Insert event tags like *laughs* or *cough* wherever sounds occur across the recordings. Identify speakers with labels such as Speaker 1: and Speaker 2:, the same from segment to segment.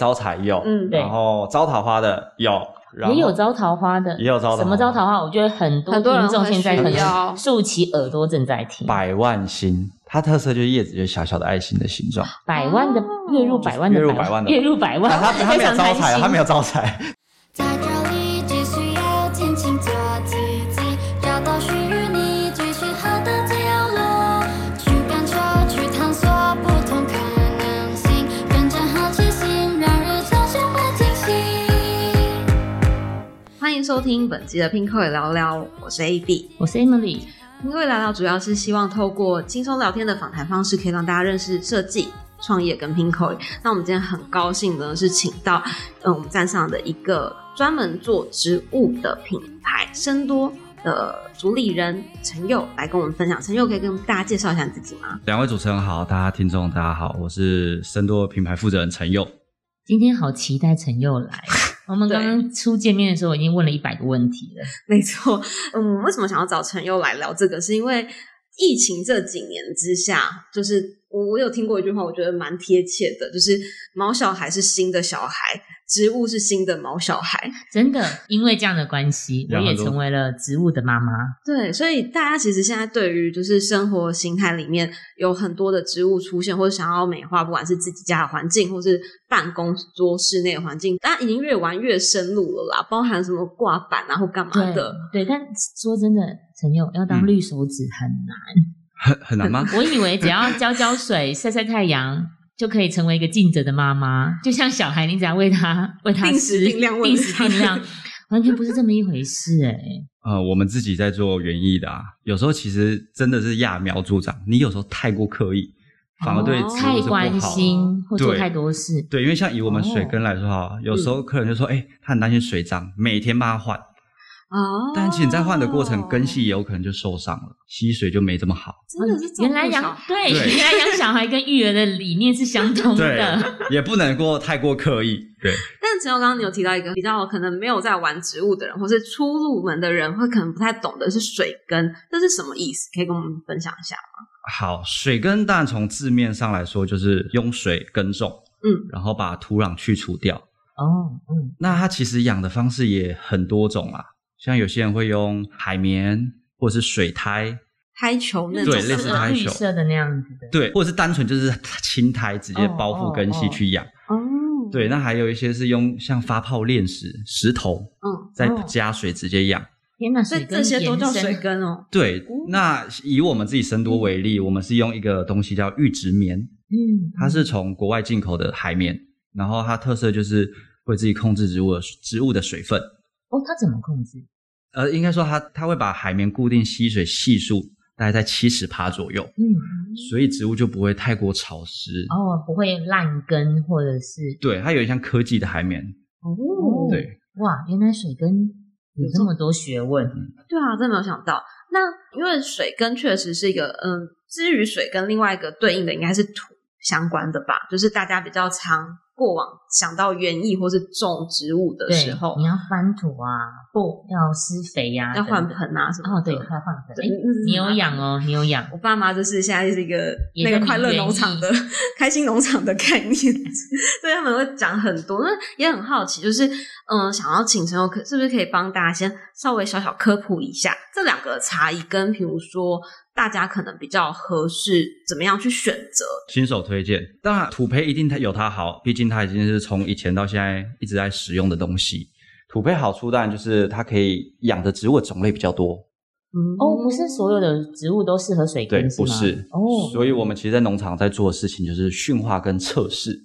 Speaker 1: 招财有，
Speaker 2: 嗯
Speaker 1: 然后招桃花的有，然后
Speaker 3: 也有招桃花的，
Speaker 1: 也有招桃花
Speaker 3: 什么招桃花？我觉得很多
Speaker 2: 很多人
Speaker 3: 听众
Speaker 2: 会
Speaker 3: 现在
Speaker 2: 需
Speaker 3: 可
Speaker 2: 要
Speaker 3: 能竖起耳朵正在听，
Speaker 1: 百万星，它特色就是叶子就是小小的爱心的形状，
Speaker 3: 百万的
Speaker 2: 哦
Speaker 3: 月入百万的
Speaker 1: 月入百万的
Speaker 3: 月入百万，
Speaker 1: 啊它它没有
Speaker 3: 非常
Speaker 1: 招
Speaker 3: 贪
Speaker 1: 财，
Speaker 3: 心
Speaker 1: 它没有招财， *laughs*
Speaker 4: 在这里只需要尽情做自己，找到属于你最适合的角落，去感受，去探索不同可能性，跟着好奇心让日常生活惊喜。
Speaker 2: 欢迎收听本期的 Pinko 也聊聊，我是 AB。
Speaker 3: 我是 Emily，
Speaker 2: Pinko 也聊聊主要是希望透过轻松聊天的访谈方式，可以让大家认识设计、创业跟 Pinko。那我们今天很高兴的是请到，嗯，我们站上的一个专门做植物的品牌生多的主理人陈佑来跟我们分享。陈佑可以跟大家介绍一下你自己吗？
Speaker 1: 两位主持人好，大家听众大家好，我是深多品牌负责人陈佑。 *laughs*
Speaker 3: 今天好期待陈佑来。我们刚刚初见面的时候，我已经问了一百个问题了。
Speaker 2: 没错，嗯，为什么想要找陈佑来聊这个？是因为疫情这几年之下，就是我我有听过一句话，我觉得蛮贴切的，就是毛小孩是新的小孩，植物是新的毛小孩。
Speaker 3: 真的，因为这样的关系，我
Speaker 1: 然后
Speaker 3: 也
Speaker 1: 都
Speaker 3: 成为了植物的妈妈。
Speaker 2: 对，所以大家其实现在对于就是生活形态里面有很多的植物出现，或者想要美化，不管是自己家的环境，或是办公桌室内的环境，大家已经越玩越深入了啦，包含什么挂板啊或干嘛的。
Speaker 3: 对，但说真的，陈佑要当
Speaker 1: 嗯
Speaker 3: 绿手指很难。
Speaker 1: 很很难
Speaker 3: *laughs*
Speaker 1: 吗？
Speaker 3: 我以为只要浇浇水、晒晒太阳。就可以成为一个尽责的妈妈，就像小孩，你只要喂他 *laughs* 喂他
Speaker 2: 定时
Speaker 3: 吃
Speaker 2: 定量喂
Speaker 3: 定
Speaker 2: 他
Speaker 3: 时定量，完全不是这么一回事哎、
Speaker 1: 呃，我们自己在做园艺的啊，有时候其实真的是揠苗助长，你有时候太过刻意，反而对植
Speaker 2: 哦
Speaker 1: 物是 *laughs* 不好
Speaker 3: 太
Speaker 1: 的。
Speaker 3: 关心哦或做
Speaker 1: 对
Speaker 3: 太多事，
Speaker 1: 对，因为像以我们水根来说哈，有时候
Speaker 3: 嗯
Speaker 1: 客人就说，哎、他很担心水脏，每天帮他换，
Speaker 2: 哦，
Speaker 1: 但其实你在换的过程，根系也有可能就受伤了，吸水就没这么好。
Speaker 2: 真的是照顾
Speaker 3: 哦原来
Speaker 2: 小
Speaker 3: 养
Speaker 2: 孩
Speaker 3: 对，
Speaker 1: 对
Speaker 3: 原来养小孩跟育儿的理念是相同的。，
Speaker 1: *laughs* 也不能过太过刻意。对，
Speaker 2: 但陈友刚刚你有提到一个比较可能没有在玩植物的人，或是初入门的人，会可能不太懂得是水根，这是什么意思？可以跟我们分享一下吗？
Speaker 1: 好，水根当然从字面上来说，就是用水耕种，
Speaker 2: 嗯，
Speaker 1: 然后把土壤去除掉。
Speaker 3: 哦，嗯，
Speaker 1: 那它其实养的方式也很多种啊，像有些人会用海绵或者是水苔，
Speaker 2: 胎球那
Speaker 1: 对
Speaker 2: 种
Speaker 3: 就是
Speaker 1: 类似
Speaker 2: 吗
Speaker 1: 它
Speaker 3: 绿色的那样子的。
Speaker 1: 对，或者是单纯就是 *laughs* 青苔直接包覆根系去养。
Speaker 2: 哦，
Speaker 1: 对，那还有一些是用像发泡炼石、石头，
Speaker 2: 嗯，
Speaker 1: 再
Speaker 3: 哦
Speaker 1: 加水直接养。
Speaker 3: 天哪，
Speaker 2: 所
Speaker 3: 水
Speaker 2: 以
Speaker 3: 跟
Speaker 2: 这些都叫
Speaker 3: 延伸
Speaker 2: 水根哦。
Speaker 1: 对，那以我们自己神多为例，我们是用一个东西叫玉植棉，
Speaker 3: 嗯，
Speaker 1: 它是从国外进口的海绵，然后它特色就是会自己控制植物的植物的水分，
Speaker 3: 哦，它怎么控制？
Speaker 1: 呃，应该说它它会把海绵固定吸水系数大概在七十帕左右，
Speaker 3: 嗯，
Speaker 1: 所以植物就不会太过潮湿。
Speaker 3: 哦，不会烂根或者是
Speaker 1: 对，它有点像科技的海绵。
Speaker 3: 哦，
Speaker 1: 对，
Speaker 3: 哇，原来水根有这么多嗯学问。
Speaker 2: 对啊，真没有想到。那因为水根确实是一个，嗯，至于水跟另外一个对应的应该是土相关的吧，就是大家比较常过往想到园艺或是种植物的
Speaker 3: 对
Speaker 2: 时候，
Speaker 3: 你要翻土啊，不要施肥呀、
Speaker 2: 要换
Speaker 3: 等等
Speaker 2: 盆啊什么
Speaker 3: 哦，
Speaker 2: 的。
Speaker 3: 对，快换盆。
Speaker 2: 对
Speaker 3: 哎
Speaker 2: 嗯
Speaker 3: 你有养哦，你有养。
Speaker 2: 我爸妈就是现在是一个
Speaker 3: 也
Speaker 2: 那
Speaker 3: 在
Speaker 2: 个快乐
Speaker 3: 迷园
Speaker 2: 农场的开心农场的概念，所以他们会讲很多。那也很好奇，就是嗯，想要请陈友可是不是可以帮大家先稍微小小科普一下这两个差异，跟比如说大家可能比较合适怎么样去选择？
Speaker 1: 新手推荐，当然土培一定它有它好，毕竟它已经是从以前到现在一直在使用的东西。土培好处当然就是它可以养的植物种类比较多，
Speaker 2: 嗯
Speaker 3: 哦，不是所有的植物都适合水
Speaker 1: 对
Speaker 3: 根，，
Speaker 1: 不
Speaker 3: 吗
Speaker 1: 是
Speaker 3: 哦，
Speaker 1: 所以我们其实，在农场在做的事情就是驯化跟测试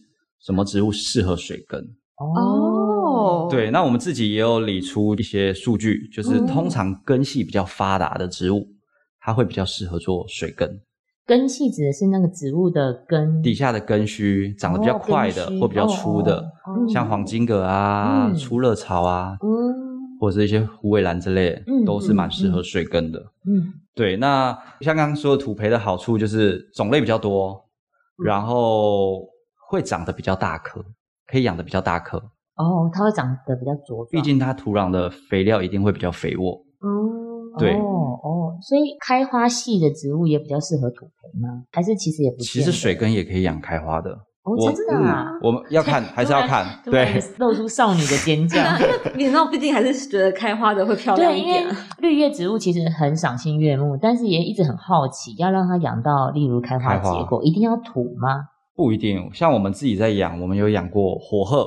Speaker 1: 什么植物适合水根。
Speaker 3: 哦，
Speaker 2: 哦，
Speaker 1: 对，那我们自己也有理出一些数据，
Speaker 3: 哦
Speaker 1: 就是通常根系比较发达的植物，它会比较适合做水根，
Speaker 3: 根系指的是那个植物的根
Speaker 1: 底下的根须长得比较
Speaker 3: 哦
Speaker 1: 快的、
Speaker 3: 根须
Speaker 1: 或比较粗的，
Speaker 3: 哦哦
Speaker 2: 嗯
Speaker 1: 像黄金葛啊、
Speaker 3: 嗯哦
Speaker 1: 粗热草啊，
Speaker 2: 嗯，
Speaker 1: 或者是一些虎尾兰之类的，
Speaker 3: 嗯
Speaker 1: 都是蛮适合水根的。
Speaker 3: 嗯，
Speaker 1: 对，那像刚刚说的土培的好处就是种类比较多，
Speaker 2: 嗯
Speaker 1: 然后会长得比较大颗，可以养得比较大颗。
Speaker 3: 哦，它会长得比较茁壮，
Speaker 1: 毕竟它土壤的肥料一定会比较肥沃。
Speaker 2: 嗯
Speaker 1: 对
Speaker 3: 哦哦，所以开花系的植物也比较适合土培吗？还是其实也不见
Speaker 1: 其
Speaker 3: 得
Speaker 1: 实水根也可以养开花的，我嗯
Speaker 3: 哦，真的啊，
Speaker 1: 我们要
Speaker 3: *laughs*
Speaker 1: 看还是要看，
Speaker 3: 突然
Speaker 1: 对，
Speaker 3: 露出少女的尖 *laughs* 叫。
Speaker 2: 啊脸上毕竟还是觉得开花的会漂亮
Speaker 3: 对，
Speaker 2: 一
Speaker 3: 因为
Speaker 2: 点。啊
Speaker 3: 绿叶植物其实很赏心悦目，但是也一直很好奇，要让它养到例如开花
Speaker 1: 开花
Speaker 3: 结果，一定要土吗？
Speaker 1: 不一定。像我们自己在养，我们有养过火鹤，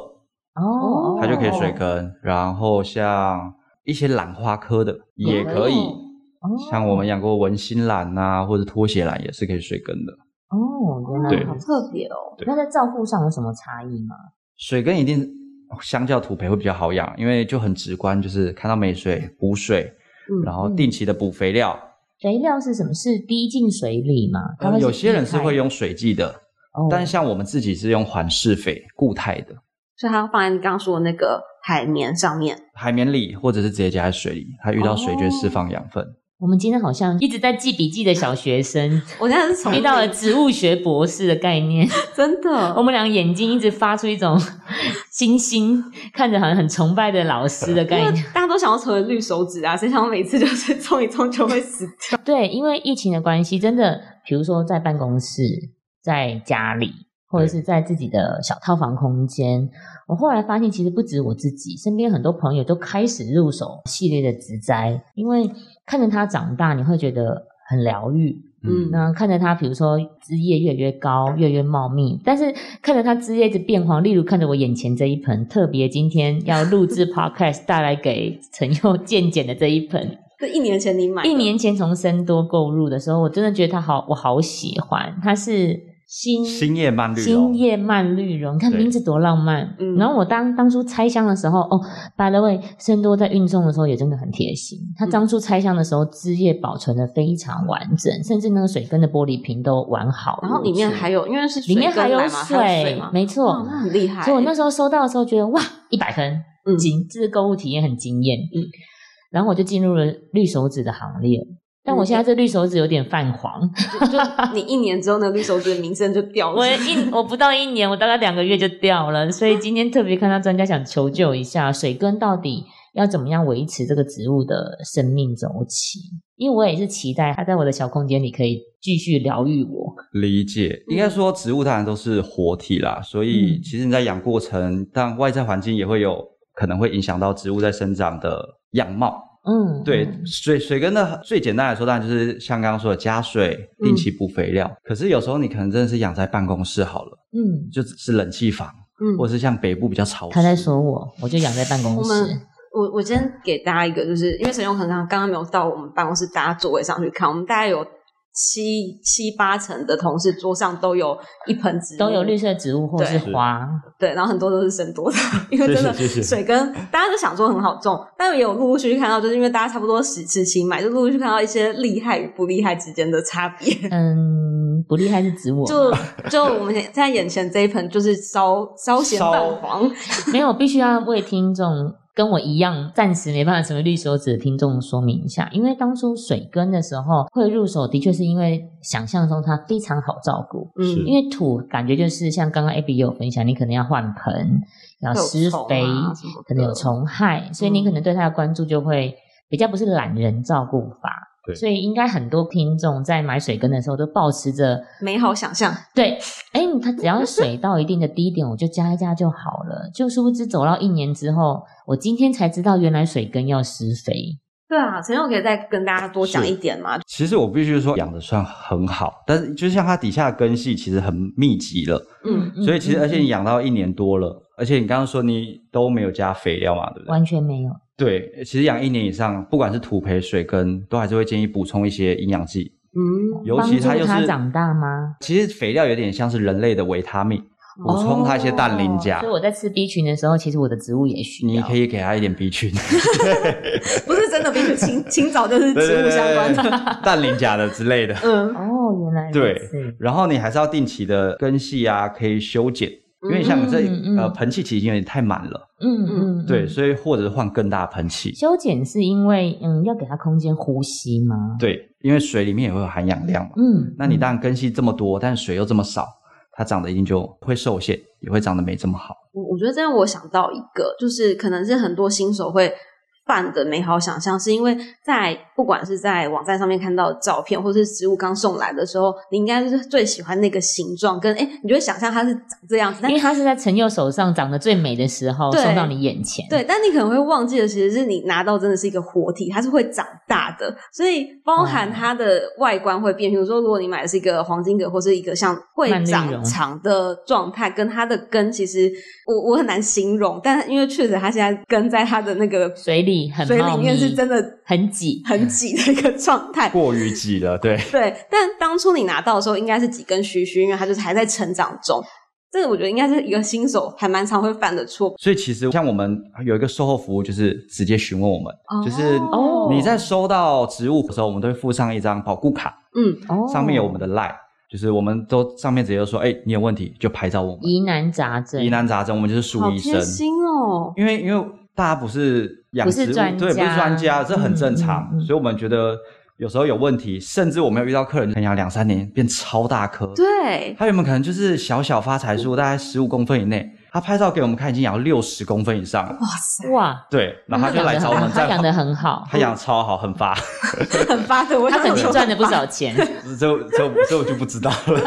Speaker 3: 哦，
Speaker 1: 它就可以水耕，然后像一些兰花科的也可以，
Speaker 3: 哦，
Speaker 1: 像我们养过文心兰啊，或者拖鞋兰也是可以水耕的。
Speaker 3: 哦，原来
Speaker 1: 对
Speaker 3: 好
Speaker 2: 好特别哦。
Speaker 1: 对
Speaker 3: 那在照顾上有什么差异吗？
Speaker 1: 水耕一定相较土培会比较好养，因为就很直观，就是看到没水补水，
Speaker 2: 嗯
Speaker 1: 然后定期的补肥料。
Speaker 3: 肥料是什么？是滴进水里吗？它会
Speaker 1: 呃
Speaker 3: 是
Speaker 1: 有些人是
Speaker 3: 液态
Speaker 1: 会，用水剂的，
Speaker 2: 嗯
Speaker 3: 哦
Speaker 1: 但像我们自己是用缓释肥固态的，
Speaker 2: 所以它放在你刚刚说的那个海绵上面，
Speaker 1: 海绵里或者是直接加在水里，它遇到水就会释放养分。
Speaker 2: 哦
Speaker 3: 我们今天好像一直在记笔记的小
Speaker 1: *laughs*
Speaker 3: 学生，
Speaker 2: 我现在是从
Speaker 3: 遇到了植物学博士的概念。 *laughs*
Speaker 2: 真的，
Speaker 3: 我们俩眼睛一直发出一种 *laughs* 星星，看着好像很崇拜的老师的概
Speaker 2: 因为
Speaker 3: 念。
Speaker 2: 大家都想要成为绿手指啊，谁想每次就是冲一冲就会死 *laughs* 掉？
Speaker 3: 对，因为疫情的关系，真的，比如说在办公室、在家里，或者是在自己的小套房空间，我后来发现，其实不止我自己，身边很多朋友都开始入手系列的植栽，因为看着它长大，你会觉得很疗愈。
Speaker 2: 嗯
Speaker 3: 那看着它，比如说枝叶越来越高，越来越茂密，但是看着它枝叶一直变黄，例如看着我眼前这一盆，特别今天要录制 *laughs* podcast 带来给陈佑健检的这一盆，
Speaker 2: 这一年前你买的，
Speaker 3: 一年前从森多购入的时候，我真的觉得它好，我好喜欢，它是新
Speaker 1: 新叶蔓绿哦
Speaker 3: 新叶蔓绿绒，看
Speaker 1: 对
Speaker 3: 名字多浪漫。
Speaker 2: 嗯
Speaker 3: 然后我当当初拆箱的时候，哦，by the way，森多在运送的时候也真的很贴心。它当初拆箱的时候，枝叶保存的非常完整，甚至那个水根的玻璃瓶都完好如初。
Speaker 2: 然后里面还有，因为是水
Speaker 3: 哦里面还
Speaker 2: 跟
Speaker 3: 有
Speaker 2: 奶嘛还有
Speaker 3: 水
Speaker 2: 嘛，
Speaker 3: 没错
Speaker 2: 哇那很厉害。
Speaker 3: 所以我那时候收到的时候觉得哇，一百分，
Speaker 2: 嗯
Speaker 3: 惊，这是购物体验很惊艳。
Speaker 2: 嗯
Speaker 3: 然后我就进入了绿手指的行列，但我现在这绿手指有点泛黄，
Speaker 2: 就就你一年之后，那个绿手指的名声就掉了
Speaker 3: *laughs* 我。一我不到一年，我大概两个月就掉了，所以今天特别看到专家想求救一下，水根到底要怎么样维持这个植物的生命周期？因为我也是期待它在我的小空间里可以继续疗愈我。
Speaker 1: 理解，应该说植物当然都是活体啦，所以
Speaker 3: 嗯
Speaker 1: 其实你在养过程，但外在环境也会有可能会影响到植物在生长的样貌。
Speaker 3: 嗯，
Speaker 1: 对
Speaker 3: 嗯，
Speaker 1: 水水根的最简单来说，当然就是像刚刚说的加水、
Speaker 2: 嗯
Speaker 1: 定期补肥料。可是有时候你可能真的是养在办公室好了，
Speaker 3: 嗯，
Speaker 1: 就只是冷气房，
Speaker 2: 嗯
Speaker 1: 或是像北部比较潮湿。
Speaker 3: 他在说我，我就养在办公
Speaker 2: 我
Speaker 3: 室。
Speaker 2: 们 *laughs* 我我先给大家一个，就是因为沈勇可能刚刚没有到我们办公室大家座位上去看，我们大概有七七八成的同事桌上都有一盆植物
Speaker 3: 都有绿色植物或是
Speaker 1: 对
Speaker 3: 花，
Speaker 2: 对，然后很多都是生多的，因为
Speaker 1: 谢
Speaker 2: 真
Speaker 1: 谢
Speaker 2: 的
Speaker 1: 谢谢
Speaker 2: 水根大家都想说很好种，但也有陆陆续续看到，就是因为大家差不多时时期买，就陆陆续续看到一些厉害与不厉害之间的差别。 *laughs*
Speaker 3: 嗯，不厉害是指我，
Speaker 1: *laughs*
Speaker 2: 就就我们现在眼前这一盆就是稍稍显
Speaker 1: 稍
Speaker 2: 泛黄，
Speaker 3: *laughs* 没有，必须要为听众跟我一样暂时没办法成为绿手指的听众说明一下，因为当初水根的时候会入手，的确是因为想象中它非常好照顾，
Speaker 1: 是
Speaker 2: 嗯，
Speaker 3: 因为土感觉就是像刚刚 Abby 也有分享，你可能要换盆，要施
Speaker 2: 会
Speaker 3: 肥，
Speaker 2: 有虫啊嗯什么的
Speaker 3: 可能有虫害，所以你可能对它的关注就会比较不是懒人照顾法。
Speaker 1: 对
Speaker 3: 所以应该很多听众在买水根的时候都保持着
Speaker 2: 美好想象，
Speaker 3: 对，哎，它
Speaker 1: *laughs*
Speaker 3: 只要水到一定的低点，我就加一加就好了。就殊不知走到一年之后，我今天才知道原来水根要施肥。
Speaker 2: 对啊，陈佑可以再跟大家多讲
Speaker 1: 是
Speaker 2: 一点嘛？
Speaker 1: 其实我必须说养的算很好，但是就像它底下的根系其实很密集了，
Speaker 2: 嗯，
Speaker 1: 所以其实而且你养到一年多了，而且你刚刚说你都没有加肥料嘛，对不对？
Speaker 3: 嗯完全没有，
Speaker 1: 对，其实养一年以上，不管是土培、水根，都还是会建议补充一些营养剂，
Speaker 2: 嗯，
Speaker 1: 尤其它
Speaker 3: 帮助
Speaker 1: 又
Speaker 3: 它
Speaker 1: 是
Speaker 3: 长大吗？
Speaker 1: 其实肥料有点像是人类的维他命，补充它一些氮磷钾。
Speaker 3: 哦所以我在吃 B 群的时候，其实我的植物也需要。
Speaker 1: 你可以给它一点 B 群， *laughs*
Speaker 2: 不是真的，比起清清早就是
Speaker 1: 对
Speaker 2: 植
Speaker 1: 对
Speaker 2: 物
Speaker 1: 对
Speaker 2: 相关
Speaker 1: 对
Speaker 2: 的，
Speaker 1: 对氮磷钾的之类的。
Speaker 2: 嗯，
Speaker 3: 哦，原来如
Speaker 1: 对
Speaker 3: 此。
Speaker 1: 然后你还是要定期的根系啊，可以修剪，因为像你这、
Speaker 3: 嗯嗯
Speaker 1: 呃盆器其实已经有点太满了，
Speaker 3: 嗯嗯，嗯
Speaker 1: 对，。所以或者是换更大的盆器，
Speaker 3: 修剪是因为嗯要给它空间呼吸吗？
Speaker 1: 对，因为水里面也会有含氧量嘛。
Speaker 3: 嗯，
Speaker 1: 那你当然根系这么多，但水又这么少，它长得一定就会受限，也会长得没这么好。
Speaker 2: 我我觉得这让我想到一个，就是可能是很多新手会。泛的美好想象，是因为在不管是在网站上面看到的照片，或是食物刚送来的时候，你应该是最喜欢那个形状，跟哎，你就会想象它是长这样子，但
Speaker 3: 因为它是在陈佑手上长得最美的时候
Speaker 2: 对
Speaker 3: 送到你眼前。
Speaker 2: 对，但你可能会忘记的，其实是你拿到真的是一个活体，它是会长大的，所以包含
Speaker 3: 哦
Speaker 2: 它的外观会变。比如说，如果你买的是一个黄金葛或是一个像会
Speaker 3: 曼丽
Speaker 2: 长
Speaker 3: 绒
Speaker 2: 长的状态，跟它的根，其实我我很难形容，但因为确实它现在根在它的那个
Speaker 3: 水里很
Speaker 2: 水里
Speaker 3: 茂
Speaker 2: 面
Speaker 3: 密
Speaker 2: 是真的
Speaker 3: 很挤，
Speaker 2: 很挤的一个状态，
Speaker 1: 过于挤了，对，
Speaker 2: 对，但当初你拿到的时候，应该是几根须须，因为它就是还在成长中。这个我觉得应该是一个新手还蛮常会犯的错，
Speaker 1: 所以其实像我们有一个售后服务，就是直接询问我们，就是
Speaker 3: 哦
Speaker 1: 你在收到植物的时候，我们都会附上一张保固卡，
Speaker 2: 嗯，
Speaker 3: 哦
Speaker 1: 上面有我们的 line，就是我们都上面直接说，哎，你有问题就拍照我们。
Speaker 3: 疑难杂症，
Speaker 1: 疑难杂症，我们就是
Speaker 2: 好
Speaker 1: 数医
Speaker 2: 贴
Speaker 1: 生，
Speaker 2: 心哦。
Speaker 1: 因为因为大家不是养
Speaker 3: 不
Speaker 1: 植
Speaker 3: 是
Speaker 1: 物，
Speaker 3: 专
Speaker 1: 对，不
Speaker 3: 家
Speaker 1: 是专家，这很正常，
Speaker 3: 嗯嗯嗯
Speaker 1: 所以我们觉得有时候有问题，甚至我们有遇到客人，很养两三年变超大颗，
Speaker 2: 对，
Speaker 1: 他原本可能就是小小发财
Speaker 3: 嗯
Speaker 1: 树，大概十五公分以内，他拍照给我们看已经养到六十公分以上了，
Speaker 2: 哇塞，
Speaker 3: 哇，
Speaker 1: 对，然后他就
Speaker 3: 养得
Speaker 1: 来找我
Speaker 3: 很
Speaker 1: 们
Speaker 3: 好
Speaker 1: 再
Speaker 3: 他养的很好，
Speaker 1: 他养得超好，很
Speaker 3: *laughs*
Speaker 1: 发，
Speaker 2: 很
Speaker 1: *laughs*
Speaker 2: 发的，我
Speaker 3: 他
Speaker 2: 想
Speaker 3: 肯定
Speaker 2: 说
Speaker 3: 赚了不少钱。
Speaker 1: 这这这我就不知道了。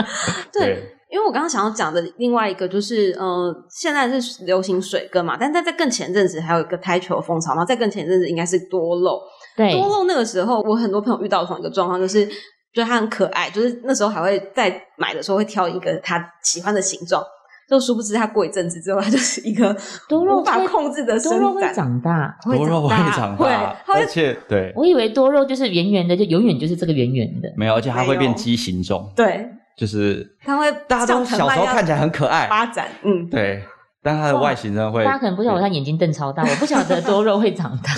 Speaker 3: *laughs*
Speaker 2: 对，因为我刚刚想要讲的另外一个就是，呃，现在是流行水根嘛，但在在更前阵子还有一个台球风潮，然后再更前阵子应该是多肉。
Speaker 3: 对，
Speaker 2: 多肉那个时候，我很多朋友遇到同一个状况，就是觉得它很可爱，就是那时候还会在买的时候会挑一个他喜欢的形状，就殊不知他过一阵子之后，它就是一个
Speaker 3: 多肉
Speaker 2: 无法
Speaker 3: 会
Speaker 2: 控制的
Speaker 3: 多肉
Speaker 2: 生
Speaker 3: 会
Speaker 2: 长。
Speaker 3: 长大。
Speaker 1: 多肉会长大，
Speaker 2: 会它
Speaker 1: 而
Speaker 2: 会
Speaker 1: 且对，
Speaker 3: 我以为多肉就是圆圆的，就永远就是这个圆圆的。
Speaker 1: 没有，而且它会
Speaker 2: 没有
Speaker 1: 变畸形种，
Speaker 2: 对，
Speaker 1: 就是
Speaker 2: 它会
Speaker 1: 大家都
Speaker 2: 像藤
Speaker 1: 小时
Speaker 2: 蔓
Speaker 1: 候
Speaker 2: 一样
Speaker 1: 看起来很可爱，
Speaker 2: 发展，嗯，
Speaker 1: 对，但它的外形真的会，
Speaker 3: 大家可能不晓得，他眼睛瞪超大，我不晓得多肉会长
Speaker 1: *laughs*
Speaker 3: 大。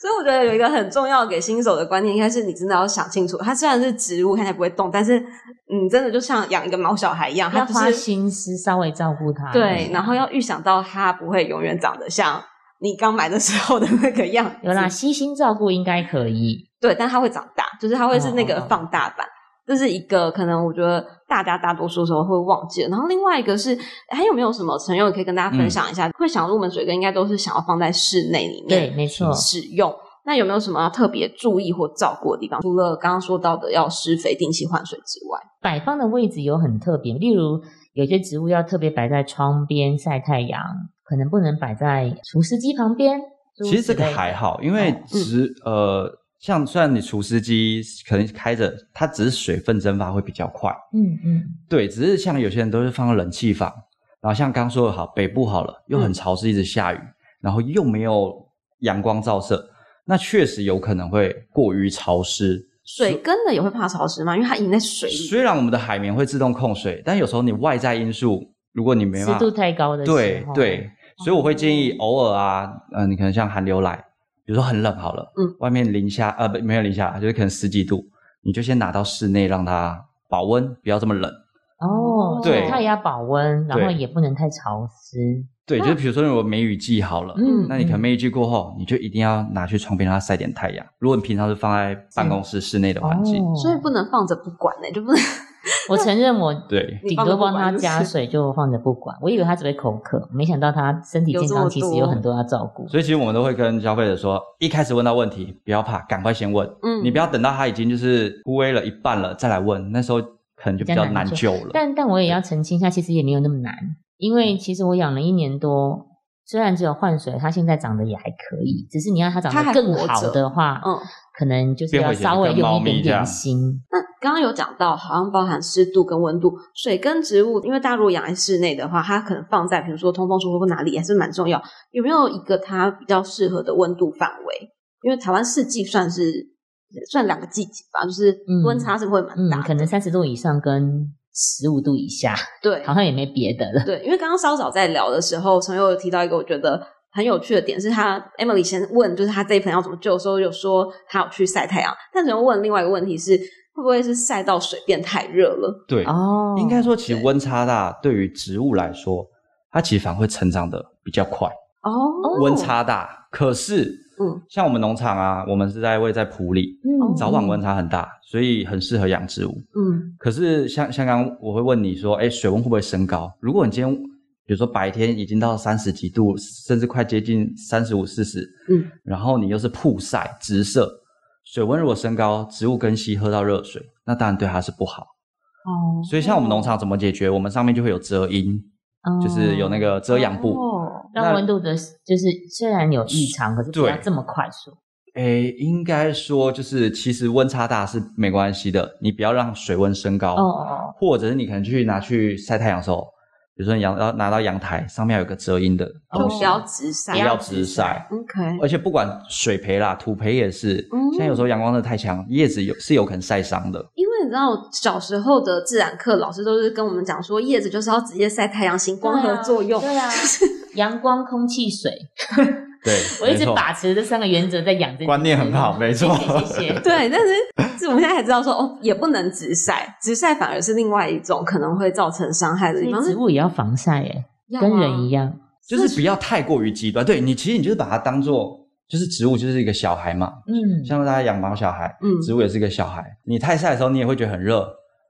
Speaker 2: 所以我觉得有一个很重要给新手的观念，应该是你真的要想清楚，它虽然是植物，看起来不会动，但是你真的就像养一个毛小孩一样，它
Speaker 3: 要
Speaker 2: 不
Speaker 3: 花
Speaker 2: 是
Speaker 3: 心思稍微照顾它。
Speaker 2: 对，然后要预想到它不会永远长得像你刚买的时候的那个样子，
Speaker 3: 有啦，悉心照顾应该可以。
Speaker 2: 对，但它会长大，就是它会是那
Speaker 3: 哦
Speaker 2: 个
Speaker 3: 哦哦
Speaker 2: 放大版。这是一个可能，我觉得大家大多数时候会忘记的。然后另外一个是，还有没有什么朋友可以跟大家
Speaker 3: 嗯
Speaker 2: 分享一下？会想入门水根，应该都是想要放在室内里面
Speaker 3: 对，没错。
Speaker 2: 使用。那有没有什么要特别注意或照顾的地方？除了刚刚说到的要施肥、定期换水之外，
Speaker 3: 摆放的位置有很特别，例如有些植物要特别摆在窗边晒太阳，可能不能摆在除湿机旁边。
Speaker 1: 其实这个
Speaker 3: 诸如此类的
Speaker 1: 还好，因为
Speaker 3: 哦
Speaker 1: 植、呃，像虽然你除湿机可能开着，它只是水分蒸发会比较快，
Speaker 3: 嗯嗯，
Speaker 1: 对，只是像有些人都是放到冷气房，然后像刚说的好，北部好了，
Speaker 3: 嗯
Speaker 1: 又很潮湿，一直下雨，然后又没有阳光照射，那确实有可能会过于潮湿。
Speaker 2: 水根的也会怕潮湿吗？因为它已经在水里。
Speaker 1: 虽然我们的海绵会自动控水，但有时候你外在因素，如果你没
Speaker 3: 湿
Speaker 1: 办法
Speaker 3: 度太高的时候，哦
Speaker 1: 对对，所以我会建议偶尔啊，呃，你可能像寒流来，比如说很冷好了，
Speaker 2: 嗯，
Speaker 1: 外面零下呃不没有零下，就是可能十几度，你就先拿到室内让它保温，不要这么冷。
Speaker 3: 哦，
Speaker 1: 对
Speaker 3: 所以它也要保温，然后
Speaker 1: 对
Speaker 3: 也不能太潮湿。
Speaker 1: 对，就是比如说如果梅雨季好了，
Speaker 3: 嗯
Speaker 1: 那你可能梅雨季过后，你就一定要拿去窗边让它晒点太阳。如果你平常是放在办公室室内的环境，
Speaker 3: 哦
Speaker 2: 所以不能放着不管呢、就不能
Speaker 3: 我承认我
Speaker 1: *laughs* 对，
Speaker 3: 顶多帮它
Speaker 2: 你放着不管
Speaker 3: 加水就放着不管，我以为它只会口渴，没想到它身体健康其实有很多要照顾。
Speaker 1: 所以其实我们都会跟消费者说，一开始问到问题不要怕，赶快先问，
Speaker 2: 嗯
Speaker 1: 你不要等到它已经就是枯萎了一半了再来问，那时候可能就比较难救了。
Speaker 3: 但但我也要澄清一下，其实也没有那么难，因为
Speaker 1: 嗯
Speaker 3: 其实我养了一年多，虽然只有换水，它现在长得也还可以，
Speaker 1: 嗯
Speaker 3: 只是你要它长
Speaker 2: 它
Speaker 3: 得
Speaker 2: 还
Speaker 3: 更
Speaker 2: 活
Speaker 3: 好
Speaker 2: 着
Speaker 3: 的话，
Speaker 2: 嗯。
Speaker 3: 可能就是
Speaker 1: 变
Speaker 3: 要
Speaker 1: 回以前
Speaker 3: 稍微
Speaker 1: 跟
Speaker 3: 用
Speaker 1: 猫
Speaker 3: 一
Speaker 1: 咪
Speaker 3: 点
Speaker 1: 这
Speaker 3: 点
Speaker 1: 样
Speaker 3: 心。
Speaker 2: 那刚刚有讲到，好像包含湿度跟温度。水跟植物，因为大家如果养在室内的话，它可能放在比如说通风处或哪里还是蛮重要。有没有一个它比较适合的温度范围？因为台湾四季算是算两个季节吧，就是
Speaker 3: 嗯
Speaker 2: 温差是会蛮
Speaker 3: 嗯
Speaker 2: 大的、，
Speaker 3: 可能三十度以上跟十五度以下，
Speaker 2: 对
Speaker 3: 好像也没别的了。
Speaker 2: 对，因为刚刚稍早在聊的时候，陈友有提到一个我觉得很有趣的点，是他 Emily 先问，就是他这一盆要怎么救的时候，有说他有去晒太阳，但陈友问另外一个问题是，会不会是晒到水变太热了？
Speaker 1: 对，
Speaker 3: 哦，
Speaker 1: 应该说其实温差大对于植物来说，它其实反而会成长的比较快。
Speaker 2: 哦
Speaker 1: 温差大，可是
Speaker 2: 嗯
Speaker 1: 像我们农场啊，我们是在位在埔里，
Speaker 3: 嗯
Speaker 1: 早晚温差很大，所以很适合养植物。
Speaker 2: 嗯，
Speaker 1: 可是像像刚我会问你说，哎，水温会不会升高？如果你今天比如说白天已经到三十几度，甚至快接近三十五、四十，
Speaker 2: 嗯，
Speaker 1: 然后你又是曝晒直射，水温如果升高，植物根系喝到热水，那当然对它是不好。
Speaker 3: 哦
Speaker 1: 所以像我们农场怎么解决？我们上面就会有遮阴，就是有那
Speaker 3: 个
Speaker 1: 个遮阳布。
Speaker 2: 哦
Speaker 3: 哦让
Speaker 1: 那
Speaker 3: 温度的，就是虽然有异常，可是不要
Speaker 1: 对
Speaker 3: 这么快速。
Speaker 1: 诶，应该说就是其实温差大是没关系的，你不要让水温升高。
Speaker 3: 哦哦
Speaker 1: 或者是你可能去拿去晒太阳的时候，比如说你阳要拿到阳台上面有个遮阴的
Speaker 3: 哦，
Speaker 1: 东
Speaker 2: 就
Speaker 1: 西，
Speaker 2: 不要直晒，
Speaker 1: 不要直晒。
Speaker 2: OK，
Speaker 1: 而且不管水培啦、土培也是，
Speaker 2: 嗯
Speaker 1: 现在有时候阳光真的太强，叶子有是有可能晒伤
Speaker 2: *laughs*
Speaker 1: 的。
Speaker 2: 因为你知道小时候的自然课老师都是跟我们讲说，叶子就是要直接晒太阳，行光合作用。
Speaker 1: *laughs*
Speaker 3: 对啊，阳光、空气、水，
Speaker 1: 对，
Speaker 3: 我一直
Speaker 1: 没错
Speaker 3: 把持这三个原则在养这
Speaker 1: 观念很好，没
Speaker 3: 谢
Speaker 1: 错。
Speaker 3: 谢谢
Speaker 1: *laughs*
Speaker 3: 谢。
Speaker 2: 对，但是我们现在才知道说，哦，也不能直晒，直晒反而是另外一种可能会造成伤害的地方。
Speaker 3: 所以植物也要防晒耶，
Speaker 1: 啊
Speaker 3: 跟人一
Speaker 2: 样，
Speaker 3: 样。
Speaker 1: 就是不要太过于极端。对你，其实你就是把它当做就是植物，就是一个小孩嘛，
Speaker 3: 嗯，
Speaker 1: 像大家养毛小孩，
Speaker 2: 嗯
Speaker 1: 植物也是一个小孩。你太晒的时候，你也会觉得很热。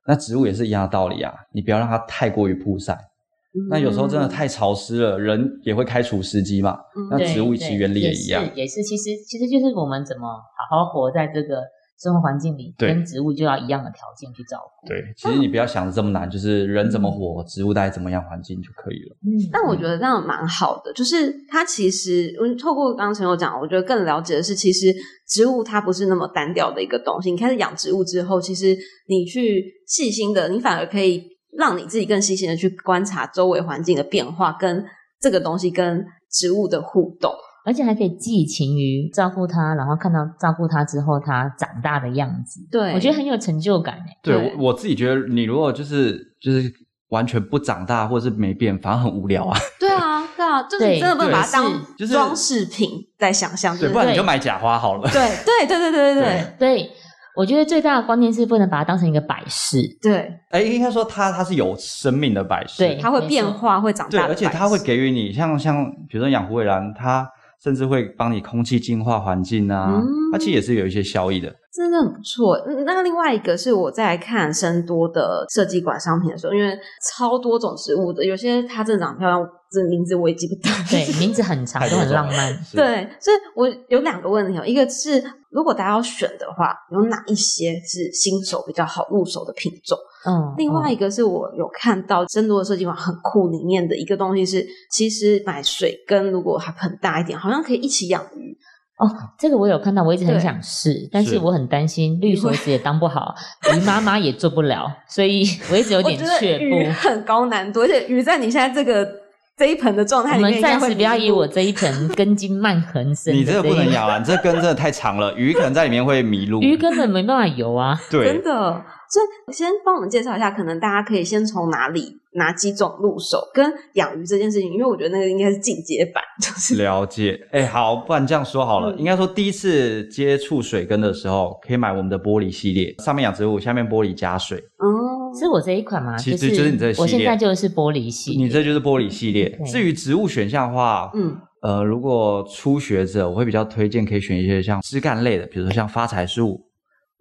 Speaker 1: 那植物也是一样的道理啊，你不要让它太过于曝晒。
Speaker 2: 嗯
Speaker 1: 那有时候真的太潮湿了，人也会开除湿机嘛。
Speaker 2: 嗯，
Speaker 1: 那
Speaker 3: 对
Speaker 1: 植物其
Speaker 3: 对
Speaker 1: 原理也
Speaker 3: 也
Speaker 1: 一样
Speaker 3: 是也是。其实其实就是我们怎么好好活在这个生活环境里，
Speaker 1: 对
Speaker 3: 跟植物就要一样的条件去照顾。
Speaker 1: 对，其实你不要想的这么难，就是人怎么活，植物大概怎么样环境就可以了。
Speaker 3: 嗯，
Speaker 2: 但我觉得这样蛮好的，就是它其实，嗯，透过刚刚陈友讲，我觉得更了解的是，其实植物它不是那么单调的一个东西。你开始养植物之后，其实你去细心的，你反而可以让你自己更细心的去观察周围环境的变化，跟这个东西跟植物的互动。
Speaker 3: 而且还可以寄情于照顾它，然后看到照顾它之后它长大的样子，
Speaker 2: 对
Speaker 3: 我觉得很有成就感欸诶。
Speaker 1: 对
Speaker 2: 对
Speaker 1: 我我自己觉得，你如果就是就是完全不长大或者是没变，反而很无聊啊。
Speaker 2: 对啊，对啊，就是你
Speaker 3: 对
Speaker 2: 真的不能
Speaker 1: 对
Speaker 2: 把它
Speaker 3: 是
Speaker 2: 当
Speaker 1: 就是
Speaker 2: 装饰品在想象，
Speaker 1: 对，
Speaker 2: 是
Speaker 1: 不然你就买假花好了。
Speaker 2: 对对对对对对对
Speaker 3: 对，我觉得最大的关键是不能把它当成一个摆饰，
Speaker 2: 对，
Speaker 1: *laughs* 哎，应该说它它是有生命的摆饰，
Speaker 3: 对
Speaker 2: 它会
Speaker 3: 没错
Speaker 2: 变化，会长
Speaker 1: 对，
Speaker 2: 大，
Speaker 1: 而且它会。给予你像像比如说养虎尾兰，它甚至会帮你空气净化环境啊，
Speaker 2: 嗯
Speaker 1: 它其实也是有一些效益的。
Speaker 2: 真的很不错。嗯那另外一个是我在看生多的设计馆商品的时候，因为超多种植物的，有些它真的长得漂亮，这名字我也记不得。
Speaker 3: 对，名字很长，
Speaker 1: 太
Speaker 3: 都
Speaker 1: 多
Speaker 3: 很
Speaker 1: 种
Speaker 3: 浪
Speaker 1: 了
Speaker 3: 漫。
Speaker 1: 是
Speaker 2: 对，所以我有两个问题哦，一个是如果大家要选的话，有哪一些是新手比较好入手的品种？
Speaker 3: 嗯，
Speaker 2: *laughs* 另外
Speaker 3: 嗯
Speaker 2: 一个是我有看到真多的设计馆很酷，里面的一个东西是，其实买水根如果还很大一点，好像可以一起养鱼。
Speaker 3: 哦，这个我有看到，我一直很
Speaker 2: 对
Speaker 3: 想试，但是
Speaker 1: 是
Speaker 3: 我很担心绿手指也当不好，鱼妈妈也做不了，所以 *laughs* 我一直有
Speaker 2: 我
Speaker 3: 点
Speaker 2: 觉得
Speaker 3: 却
Speaker 2: 鱼
Speaker 3: 步。
Speaker 2: 很高难度，而且鱼在你现在这个这一盆的状态
Speaker 3: 我
Speaker 2: 里面，
Speaker 3: 们
Speaker 2: 应该
Speaker 3: 暂
Speaker 2: 会
Speaker 3: 时不要
Speaker 2: 迷
Speaker 3: 以
Speaker 2: 路
Speaker 3: 我这一盆 *laughs* 根茎蔓横生，
Speaker 1: 你这个不能，养啊了，你这根真的太长了，鱼可能在里面会迷路。
Speaker 3: 鱼根本没办法游啊。
Speaker 1: 对
Speaker 2: 真，的。所以先帮我们介绍一下，可能大家可以先从哪里哪几种入手，跟养鱼这件事情，因为我觉得那个应该是进阶版，就是
Speaker 1: *laughs* 了解。哎、好，不然这样说好了，
Speaker 2: 嗯
Speaker 1: 应该说第一次接触水根的时候，可以买我们的玻璃系列，上面养植物，下面玻璃加水。
Speaker 2: 哦，
Speaker 3: 是我这一款嘛，
Speaker 1: 其实
Speaker 3: 啊是
Speaker 1: 就是你这个系
Speaker 3: 我现
Speaker 1: 列
Speaker 3: 在就是玻璃系列，
Speaker 1: 你这就是玻璃系列
Speaker 3: 对。
Speaker 1: 至于植物选项的话，
Speaker 2: 嗯
Speaker 1: 呃，如果初学者，我会比较推荐可以选一些像枝干类的，比如说像发财树、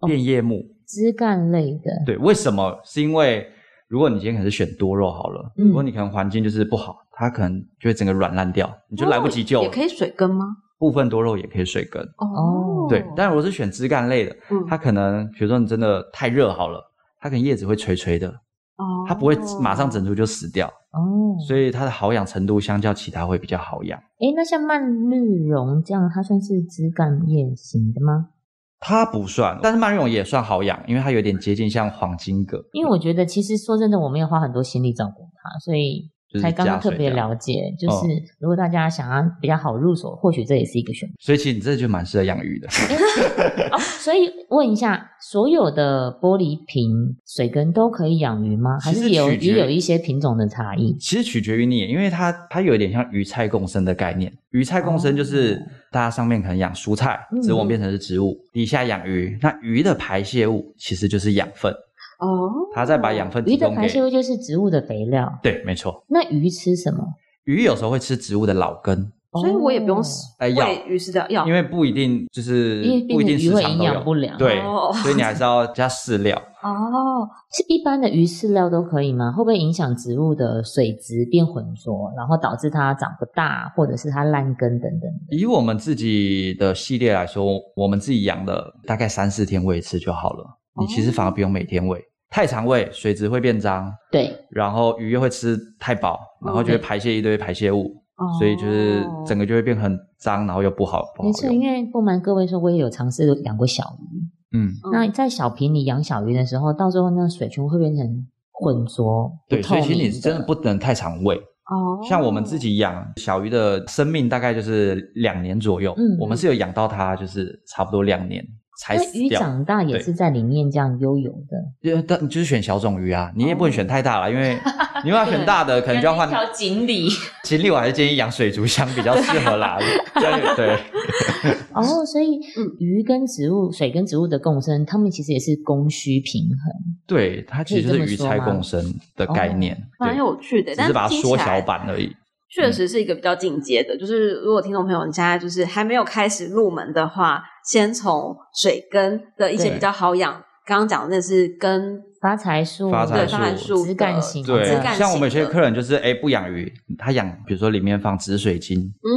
Speaker 3: 哦
Speaker 1: 变叶木。
Speaker 3: 枝干类的，
Speaker 1: 对，为什么？是因为如果你今天可能是选多肉好了，
Speaker 3: 嗯
Speaker 1: 如果你可能环境就是不好，它可能就会整个软烂掉，你就来不及救
Speaker 2: 也
Speaker 1: 了。
Speaker 2: 可以水根吗？
Speaker 1: 部分多肉也可以水根。
Speaker 3: 哦
Speaker 1: 对，但如果是选枝干类的，
Speaker 2: 嗯
Speaker 1: 它可能比如说你真的太热好了，它可能叶子会垂垂的，
Speaker 2: 哦
Speaker 1: 它不会马上整株就死掉，
Speaker 3: 哦，
Speaker 1: 所以它的好养程度相较其他会比较好养。
Speaker 3: 诶，那像蔓绿绒这样，它算是枝干叶型的吗？
Speaker 1: 它不算，但是曼玉绒也算好养，因为它有点接近像黄金葛，
Speaker 3: 因为我觉得其实说真的，我没有花很多心力照顾它，所以
Speaker 1: 就是
Speaker 3: 才刚刚
Speaker 1: 加
Speaker 3: 特
Speaker 1: 水
Speaker 3: 别
Speaker 1: 这样哦
Speaker 3: 了解。就是如果大家想要比较好入手，或许这也是一个选
Speaker 1: 所以其实你这就蛮适合养鱼
Speaker 3: *laughs*
Speaker 1: 的。
Speaker 3: 择。哦，所以问一下，所有的玻璃瓶水根都可以养鱼吗？还
Speaker 1: 其
Speaker 3: 是
Speaker 1: 实
Speaker 3: 有
Speaker 1: 取决
Speaker 3: 也有一些品种的差异？
Speaker 1: 其实取决于你，因为它它有一点像鱼菜共生的概念。鱼菜共生就是、
Speaker 3: 哦
Speaker 1: 大家上面可能养蔬菜
Speaker 3: 嗯，
Speaker 1: 植物变成是植物，底下养鱼，那鱼的排泄物其实就是养分，
Speaker 2: 哦，
Speaker 1: 它再把养分
Speaker 3: 鱼
Speaker 1: 提
Speaker 3: 的
Speaker 1: 供
Speaker 3: 排泄
Speaker 1: 给
Speaker 3: 物就是植物的肥料，
Speaker 1: 对，没错。
Speaker 3: 那鱼吃什么？
Speaker 1: 鱼有时候会吃植物的老根，
Speaker 2: 所以我也不用
Speaker 3: 哦
Speaker 1: 哎要
Speaker 2: 喂鱼饲料药
Speaker 1: 因。为不一定就是
Speaker 3: 因为毕
Speaker 1: 不一定
Speaker 3: 竟鱼
Speaker 1: 时
Speaker 3: 会
Speaker 1: 常
Speaker 3: 营
Speaker 1: 都
Speaker 3: 养不
Speaker 1: 有，
Speaker 3: 良，
Speaker 1: 对
Speaker 2: 哦，
Speaker 1: 所以你还是要加饲料。
Speaker 3: 哦，是一般的鱼饲料都可以吗？会不会影响植物的水质变浑浊，然后导致它长不大，或者是它烂根等等？
Speaker 1: 以我们自己的系列来说，我们自己养的大概三四天喂一次就好了。你其实反而不用每天喂，太常喂水质会变脏，
Speaker 3: 对，
Speaker 1: 然后鱼又会吃太饱，然后就会排泄一堆排泄物，
Speaker 3: 哦
Speaker 1: 所以就是
Speaker 2: 哦
Speaker 1: 整个就会变很脏，然后又不好不
Speaker 3: 没
Speaker 1: 好
Speaker 3: 错。因
Speaker 1: 用。
Speaker 3: 为不瞒各位说，我也有尝试养过小鱼。
Speaker 1: 嗯，
Speaker 2: 哦
Speaker 3: 那在小瓶里养小鱼的时候，到最后那水全部会变成浑浊、不
Speaker 1: 对，
Speaker 3: 透
Speaker 1: 所以
Speaker 3: 明
Speaker 1: 其实你真的不能太常喂。
Speaker 2: 哦，
Speaker 1: 像我们自己养小鱼的生命大概就是两年左右，
Speaker 3: 嗯
Speaker 1: 我们是有养到它就是差不多两年才
Speaker 3: 那
Speaker 1: 死
Speaker 3: 鱼
Speaker 1: 掉。
Speaker 3: 长大也
Speaker 1: 对
Speaker 3: 是在里面这样悠游的，
Speaker 1: 就但就是选小种鱼啊，你也不
Speaker 3: 哦
Speaker 1: 能选太大了，因
Speaker 3: *laughs*
Speaker 1: 为你要选大的可能就要换。
Speaker 3: 锦鲤
Speaker 1: 锦鲤我还是建议养水族箱比较适合
Speaker 3: *laughs*
Speaker 1: 啦。对对，
Speaker 3: 哦，所以
Speaker 2: 嗯
Speaker 3: 鱼跟植物、水跟植物的共生，它们其实也是供需平衡。
Speaker 1: 对，它其实就是鱼菜共生的
Speaker 3: 哦
Speaker 1: 概念，
Speaker 2: 蛮
Speaker 1: 对，
Speaker 2: 有趣的，
Speaker 1: 只
Speaker 2: 但
Speaker 1: 是把它
Speaker 2: 听起
Speaker 1: 缩小
Speaker 2: 来
Speaker 1: 版嗯而已。
Speaker 2: 确实是一个比较进阶的，就是如果听众朋友你现在就是还没有开始入门的话，先从水根的一些
Speaker 3: 对
Speaker 2: 比较好养，刚刚讲的那是根，
Speaker 1: 嗯
Speaker 3: 发财树、
Speaker 1: 发财
Speaker 2: 对发财树
Speaker 3: 枝
Speaker 2: 的
Speaker 3: 干型的，
Speaker 2: 枝
Speaker 1: 对
Speaker 2: 干，型
Speaker 1: 像我们有些
Speaker 2: 的
Speaker 1: 客人就是哎不养鱼，他养比如说里面放紫水晶，
Speaker 2: 嗯，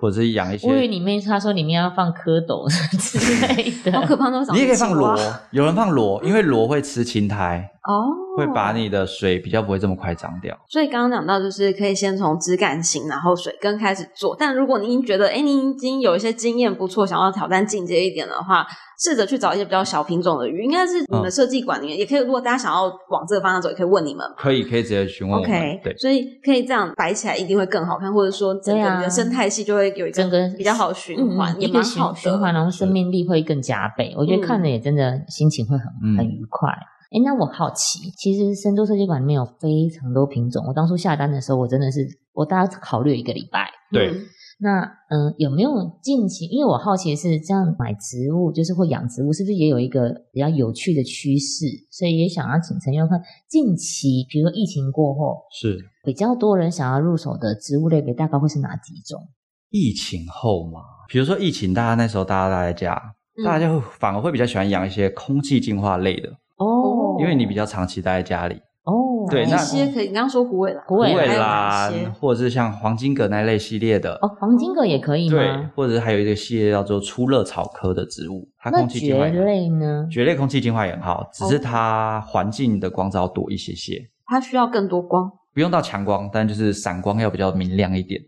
Speaker 1: 或者是养一些
Speaker 3: 乌鱼里面他说里面要放蝌蚪 *laughs* 之类
Speaker 2: 好可
Speaker 3: 的，
Speaker 2: 怕，那
Speaker 1: *laughs*
Speaker 2: 种
Speaker 1: 你也可以放
Speaker 2: 青蛙
Speaker 1: 螺，有人放螺，因为螺会吃青苔，
Speaker 2: 哦，
Speaker 1: 会把。你的水比较不会这么快脏掉。
Speaker 2: 所以刚刚讲到，就是可以先从枝干型，然后水根开始做。但如果你已经觉得，哎，你已经有一些经验不错，想要挑战进阶一点的话，试着去找一些比较小品种的鱼，应该是你们
Speaker 1: 嗯
Speaker 2: 设计馆里面、也可以。如果大家想要往这个方向走，也可以问你们嘛。
Speaker 1: 可以，可以直接
Speaker 3: 嗯
Speaker 1: 询问我们。
Speaker 2: OK，
Speaker 1: 对，
Speaker 2: 所以可以这样摆起来，一定会更好看，或者说整
Speaker 3: 对
Speaker 2: 个
Speaker 3: 啊
Speaker 2: 你的生态系就会有一
Speaker 3: 整个
Speaker 2: 比较好循环，
Speaker 3: 嗯
Speaker 2: 也
Speaker 3: 一个
Speaker 2: 蛮
Speaker 3: 循
Speaker 2: 好的。嗯
Speaker 3: 循环，然后生命力会更加倍。我觉得看了也真的心情会很、
Speaker 1: 嗯
Speaker 3: 很愉快。哎，那我好奇，其实深度设计馆里面有非常多品种。我当初下单的时候，我真的是我大概考虑一个礼拜。
Speaker 1: 对
Speaker 2: 嗯
Speaker 3: 那嗯、呃有没有近期？因为我好奇的是，这样买植物就是会养植物，是不是也有一个比较有趣的趋势？所以也想要请陈佑看近期，比如说疫情过后，
Speaker 1: 是
Speaker 3: 比较多人想要入手的植物类别，大概会是哪几种？
Speaker 1: 疫情后嘛，比如说疫情，大家那时候大家待在家，
Speaker 2: 嗯
Speaker 1: 大家就会反而会比较喜欢养一些空气净化类的，
Speaker 2: 哦
Speaker 1: 因为你比较长期待在家里，
Speaker 3: 哦，
Speaker 1: 对
Speaker 2: 一
Speaker 1: 那
Speaker 2: 些可以，你刚刚说虎尾啦，
Speaker 3: 虎尾
Speaker 1: 芦
Speaker 3: 嗯兰
Speaker 1: 苇
Speaker 2: 还有哪
Speaker 1: 兰
Speaker 2: 些？
Speaker 1: 或者是像黄金葛那类系列的，
Speaker 3: 哦，黄金葛也可以
Speaker 1: 对
Speaker 3: 吗？，
Speaker 1: 或者是还有一个系列叫做初乐草科的植物，它
Speaker 3: 那
Speaker 1: 空气净化
Speaker 3: 蕨
Speaker 1: 也很好。
Speaker 3: 类呢？
Speaker 1: 蕨类空气净化也很好，只
Speaker 3: 哦
Speaker 1: 是它环境的光照多一些些，
Speaker 2: 它需要更多光
Speaker 1: 不用到强光，但就是散光要比较明亮一点。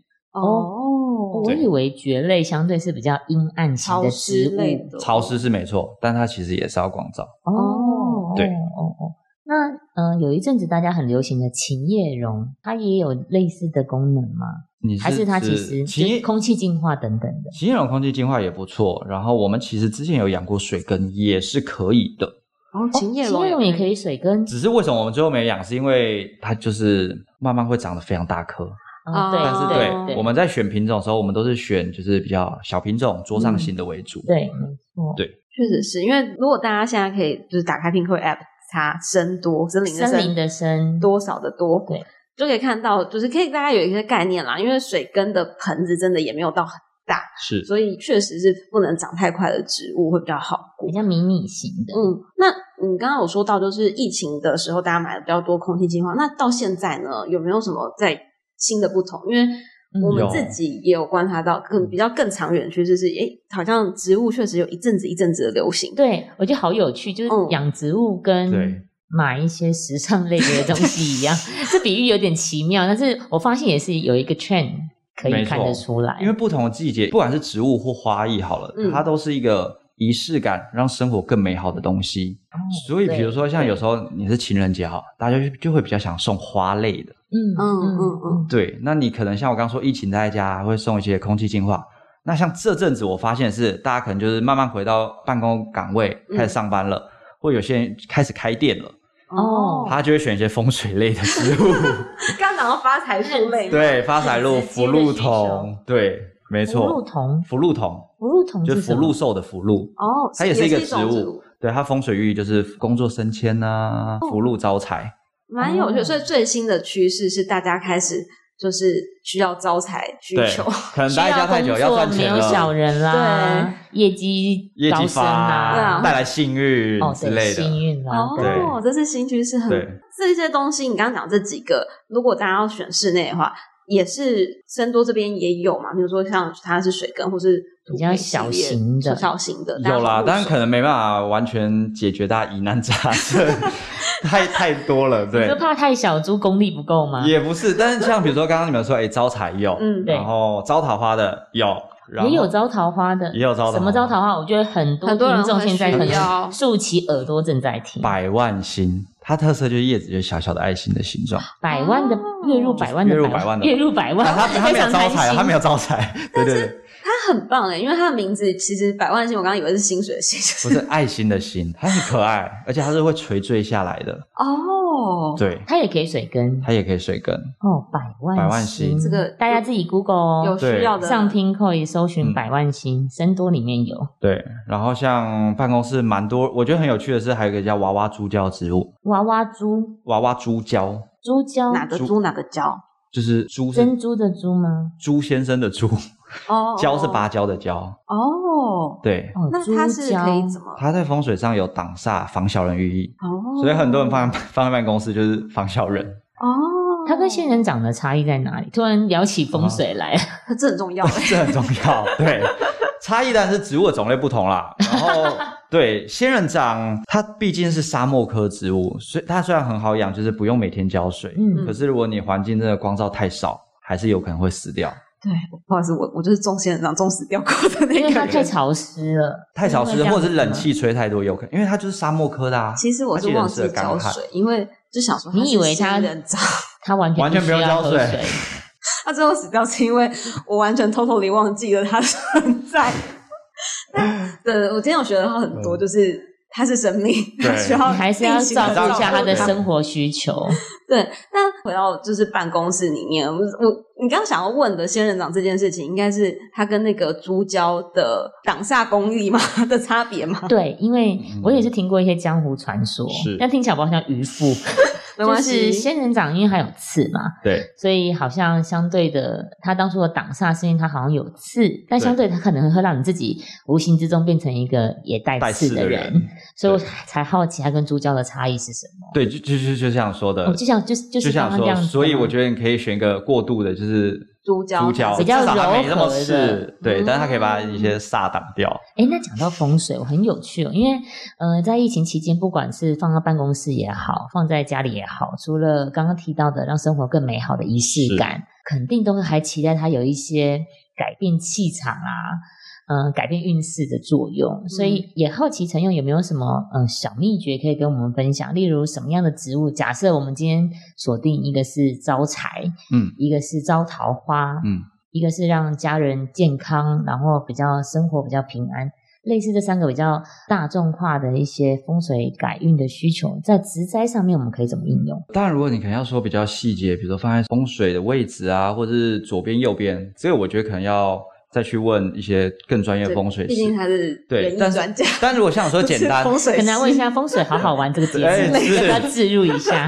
Speaker 2: 哦
Speaker 3: 我
Speaker 1: 对
Speaker 3: 以为蕨类相对是比较阴暗型
Speaker 2: 潮
Speaker 3: 的
Speaker 2: 湿
Speaker 3: 植
Speaker 2: 类
Speaker 3: 物，
Speaker 2: 的
Speaker 1: 潮湿是没错，但它其实也是要光照。
Speaker 3: 哦，
Speaker 1: 对
Speaker 3: 哦哦。那嗯、呃有一阵子大家很流行的琴叶榕，它也有类似的功能吗？
Speaker 1: 你
Speaker 3: 还是它
Speaker 1: 指
Speaker 3: 其实
Speaker 1: 琴
Speaker 3: 就是
Speaker 1: 叶
Speaker 3: 空气净化等等的？
Speaker 1: 琴叶榕空气净化也不错，然后我们其实之前有养过水根，也是可以的。
Speaker 2: 哦，
Speaker 3: 哦
Speaker 2: 琴叶
Speaker 3: 琴叶
Speaker 2: 榕
Speaker 3: 榕也可以水根
Speaker 1: 只是为什么我们最后没养，是因为它就是慢慢会长得非常大颗。
Speaker 3: 啊，
Speaker 1: 但是
Speaker 2: 哦
Speaker 1: 对,、
Speaker 3: 对对，
Speaker 1: 我们在选品种的时候，我们都是选就是比较小品种、桌上型的为主。
Speaker 3: 对没错，
Speaker 1: 对
Speaker 2: 确实是因为如果大家现在可以就是打开 Pinko App，查森多森林的
Speaker 3: 森林
Speaker 2: 森
Speaker 3: 的森
Speaker 2: 多少的多，
Speaker 3: 对，
Speaker 2: 就可以看到就是可以大家有一些概念啦，因为水根的盆子真的也没有到很大，
Speaker 1: 是
Speaker 2: 所以确实是不能长太快的植物会比较好过
Speaker 3: 比。较迷你型的，
Speaker 2: 嗯，那你刚刚有说到，就是疫情的时候大家买的比较多空气净化，那到现在呢，有没有什么在新的不同？因为我
Speaker 1: 嗯
Speaker 2: 们
Speaker 1: 有嗯
Speaker 2: 自己也有观察到更比较更长远的趋势是，诶，好像植物确实有一阵子一阵子的流行。
Speaker 3: 对我觉得好有趣，就是
Speaker 2: 嗯
Speaker 3: 养植物跟
Speaker 1: 对
Speaker 3: 买一些时尚类别的东西一
Speaker 1: *laughs*
Speaker 3: 样，这比喻有点奇妙，但是我发现也是有一个 trend 可以
Speaker 1: 没错
Speaker 3: 看得出来，
Speaker 1: 因为不同的季节，不管是植物或花艺，好了，
Speaker 2: 嗯
Speaker 1: 它都是一个仪式感，让生活更美好的东西。
Speaker 3: 哦
Speaker 1: 所以，比如说像
Speaker 3: 对
Speaker 1: 有时候你是情人节哈，大家就就会比较想送花类的。
Speaker 3: 嗯
Speaker 2: 嗯嗯嗯，
Speaker 1: 对，那你可能像我刚说，疫情待在家会送一些空气净化。那像这阵子，我发现是大家可能就是慢慢回到办公岗位，
Speaker 2: 嗯
Speaker 1: 开始上班了，或有些人开始开店了，
Speaker 3: 哦
Speaker 1: 他就会选一些风水类的植
Speaker 3: *laughs*
Speaker 1: 物，
Speaker 2: 刚刚讲到发财树类，
Speaker 1: 对，发财
Speaker 3: 很
Speaker 1: 露、
Speaker 3: 直接
Speaker 1: 福
Speaker 3: 的
Speaker 1: 禄
Speaker 3: 需
Speaker 1: 桶，对，没
Speaker 3: 嗯福
Speaker 1: 错，
Speaker 3: 禄桐，
Speaker 1: 福禄桶
Speaker 3: 福禄桐
Speaker 1: 就是福
Speaker 3: 什
Speaker 1: 禄
Speaker 3: 么？
Speaker 1: 寿的福禄，
Speaker 2: 哦，
Speaker 1: 它也是一个植
Speaker 2: 种
Speaker 1: 物，对，它风水寓意就是工作升啊迁呐、福禄招财，
Speaker 2: 蛮有趣的。
Speaker 1: 嗯
Speaker 3: 哦
Speaker 2: 所以最新的趋势是大家开始就是需要招财需
Speaker 1: 对
Speaker 2: 求，
Speaker 1: 可能待家太久
Speaker 3: 需要工作
Speaker 1: 赚
Speaker 3: 没
Speaker 1: 钱
Speaker 3: 有小
Speaker 1: 了，
Speaker 3: 人啦，业绩
Speaker 1: 业
Speaker 3: 高
Speaker 1: 绩
Speaker 3: 升
Speaker 1: 发
Speaker 2: 对
Speaker 1: 啊
Speaker 2: 啊
Speaker 3: 啦，
Speaker 1: 带来幸运
Speaker 3: 哦，
Speaker 1: 之
Speaker 3: 对，
Speaker 1: 类
Speaker 3: 幸
Speaker 1: 的。
Speaker 3: 运啦，对
Speaker 2: 哦，这是新趋势很，
Speaker 1: 对
Speaker 2: 这些东西你刚刚讲这几个，如果大家要选室内的话，也是深多这边也有嘛，比如说像它是水根或是
Speaker 3: 比较小型的
Speaker 2: 小型的
Speaker 1: 有啦，
Speaker 2: 大家
Speaker 1: 但
Speaker 2: 都
Speaker 1: 可能没办法完全解决大家疑难杂症，
Speaker 3: *laughs*
Speaker 1: 太太多了。
Speaker 3: 你
Speaker 1: 对
Speaker 3: 就，怕太小猪功力不够吗？
Speaker 1: 也不是。但是像比如说刚刚你们说，哎，招财有，
Speaker 2: 嗯
Speaker 3: 对
Speaker 1: 然后招桃花的有，然后
Speaker 3: 也有招桃花的，
Speaker 1: 也有招桃花
Speaker 3: 什么招桃花？我觉得很多
Speaker 2: 很多人
Speaker 3: 听众
Speaker 2: 会
Speaker 3: 现在
Speaker 2: 需
Speaker 3: 可能
Speaker 2: 要
Speaker 3: 竖起耳朵正在听，
Speaker 1: 百万星，它特色就是叶子就是小小的爱心的形状，
Speaker 3: 百万的
Speaker 2: 哦
Speaker 3: 月入百万的
Speaker 1: 月入百万的
Speaker 3: 月入百万，
Speaker 1: 但它啊它
Speaker 3: *laughs* 非
Speaker 1: 没有
Speaker 3: 常
Speaker 1: 招
Speaker 3: 贪
Speaker 1: 财，
Speaker 3: 心，
Speaker 1: 它没有招财，对对对，
Speaker 2: 它很棒哎、因为它的名字其实百万星，我刚刚以为是薪水的薪，就
Speaker 1: 不
Speaker 2: 是
Speaker 1: 是爱心的心，它很可爱，而且它是会垂坠下来的，
Speaker 2: 哦，
Speaker 1: 对，
Speaker 3: 它也可以水根
Speaker 1: 它也可以水根，
Speaker 3: 哦，百万
Speaker 1: 百万星
Speaker 2: 这个
Speaker 3: 大家自己 Google 哦
Speaker 2: 有需要的
Speaker 3: 上听可以搜
Speaker 1: 嗯
Speaker 3: 寻百万星，森多里面有
Speaker 1: 对。然后像办公室蛮多，我觉得很有趣的是，还有一个叫娃娃猪胶植物，
Speaker 3: 娃娃猪、
Speaker 1: 娃娃猪胶
Speaker 3: 猪胶、
Speaker 2: 哪个猪哪个胶
Speaker 1: 就是猪是
Speaker 3: 珍珠的珠吗？
Speaker 1: 猪先生的猪，
Speaker 2: 哦，
Speaker 1: 胶是芭蕉的蕉，
Speaker 2: 哦，
Speaker 1: 对。
Speaker 3: 哦，
Speaker 2: 那它是
Speaker 3: 猪胶
Speaker 2: 可以怎么
Speaker 1: 它在风水上有挡煞、防小人寓意，
Speaker 2: 哦？
Speaker 1: 所以很多人放在放在办公室就是防小人。
Speaker 2: 哦，
Speaker 3: 它跟仙人掌的差异在哪里？突然聊起风水来，
Speaker 1: 哦
Speaker 2: 这很重要、欸，
Speaker 1: *laughs* 这很重要。对，差异当然是植物的种类不同啦。然
Speaker 3: *laughs*
Speaker 1: 后对仙人掌，它毕竟是沙漠科植物，所以它虽然很好养，就是不用每天浇水。
Speaker 3: 嗯
Speaker 1: 可是如果你环境真的光照太少，还是有可能会死掉。
Speaker 2: 对，不好意思，我我就是种仙人掌种死掉过的那
Speaker 3: 因为
Speaker 2: 个
Speaker 3: 它太
Speaker 2: 人。
Speaker 3: 潮湿了，
Speaker 1: 太潮
Speaker 3: 会这
Speaker 1: 湿，
Speaker 3: 样
Speaker 1: 或者是
Speaker 3: 子吗
Speaker 1: 冷气吹太多，有可能，因为它就是沙漠科的啊。
Speaker 2: 其实我
Speaker 1: 它
Speaker 2: 是
Speaker 1: 其很
Speaker 2: 忘
Speaker 1: 适合
Speaker 2: 记
Speaker 1: 干
Speaker 2: 浇
Speaker 1: 旱
Speaker 2: 水，因为就想说
Speaker 3: 你以为它
Speaker 2: 他人长，
Speaker 3: 它完全
Speaker 1: 完全不用
Speaker 3: 需要
Speaker 1: 浇
Speaker 3: 喝
Speaker 1: 水
Speaker 3: 水。
Speaker 2: 他最后死掉是因为我完全偷偷地忘记了他的存在。但对，我今天有学到很多，
Speaker 1: 嗯
Speaker 2: 就是它是生命，
Speaker 1: 对
Speaker 2: 它需要
Speaker 3: 你还是要
Speaker 2: 定期地
Speaker 3: 照顾一下他的
Speaker 1: 照顾
Speaker 3: 生活需求。
Speaker 2: 对，那回到就是办公室里面，我我你刚刚想要问的仙人掌这件事情，应该是它跟那个猪胶的挡煞功力嘛 *laughs* 的差别 *laughs* 吗？
Speaker 3: 对，因为
Speaker 1: 嗯
Speaker 3: 我也是听过一些江湖传说，
Speaker 1: 是
Speaker 3: 但听起来我好像渔夫。
Speaker 2: 没关系
Speaker 3: 就是，仙人掌因为它有刺嘛，
Speaker 1: 对，
Speaker 3: 所以好像相对的，它当初的挡煞是因为它好像有刺，但相对它可能会让你自己无形之中变成一个也带
Speaker 1: 带
Speaker 3: 刺
Speaker 1: 刺
Speaker 3: 的
Speaker 1: 的
Speaker 3: 人，
Speaker 1: 人，
Speaker 3: 所以我
Speaker 1: 对
Speaker 3: 才好奇它跟猪胶的差异是什么。
Speaker 1: 对，就就就就像说的
Speaker 3: 我，哦就想，就是就是
Speaker 1: 就
Speaker 3: 刚
Speaker 1: 像
Speaker 3: 刚这
Speaker 1: 说
Speaker 3: 样，子嘛，
Speaker 1: 所以我觉得你可以选一个过渡的，就是
Speaker 2: 猪胶
Speaker 1: 猪胶，
Speaker 3: 比较
Speaker 1: 至少它没那么
Speaker 3: 柔和的
Speaker 1: 刺，对，但是它可以把
Speaker 2: 嗯
Speaker 1: 一些煞挡掉。
Speaker 3: 哎，那讲到风水，我很有趣哦，因为呃，在疫情期间，不管是放到办公室也好，放在家里也好，除了刚刚提到的让生活更美好的仪式感，肯定都会还期待它有一些改变气场啊，嗯、改变运势的作用。所以也好奇陈勇有没有什么嗯、呃小秘诀可以跟我们分享？例如什么样的植物？假设我们今天锁定一个是招财，
Speaker 1: 嗯，
Speaker 3: 一个是招桃花，
Speaker 1: 嗯，
Speaker 3: 一个是让家人健康，然后比较生活比较平安，类似这三个比较大众化的一些风水改运的需求，在植栽上面我们可以怎么应用？
Speaker 1: 当然，如果你可能要说比较细节，比如说放在风水的位置啊，或者是左边右边，这个我觉得可能要再去问一些更专业的
Speaker 2: 对
Speaker 1: 风水
Speaker 2: 毕竟
Speaker 1: 师。
Speaker 2: 它是
Speaker 1: 对
Speaker 2: 园，艺
Speaker 1: 但是
Speaker 2: 专家，
Speaker 1: 但如果像我 *laughs* 说
Speaker 2: 不是
Speaker 1: 简单，
Speaker 2: *laughs* 风水
Speaker 3: 可能要问一
Speaker 2: 师
Speaker 3: 下风水好好玩这个节
Speaker 1: 哎
Speaker 3: 目，
Speaker 1: 是
Speaker 3: *laughs* 要不要置入一下？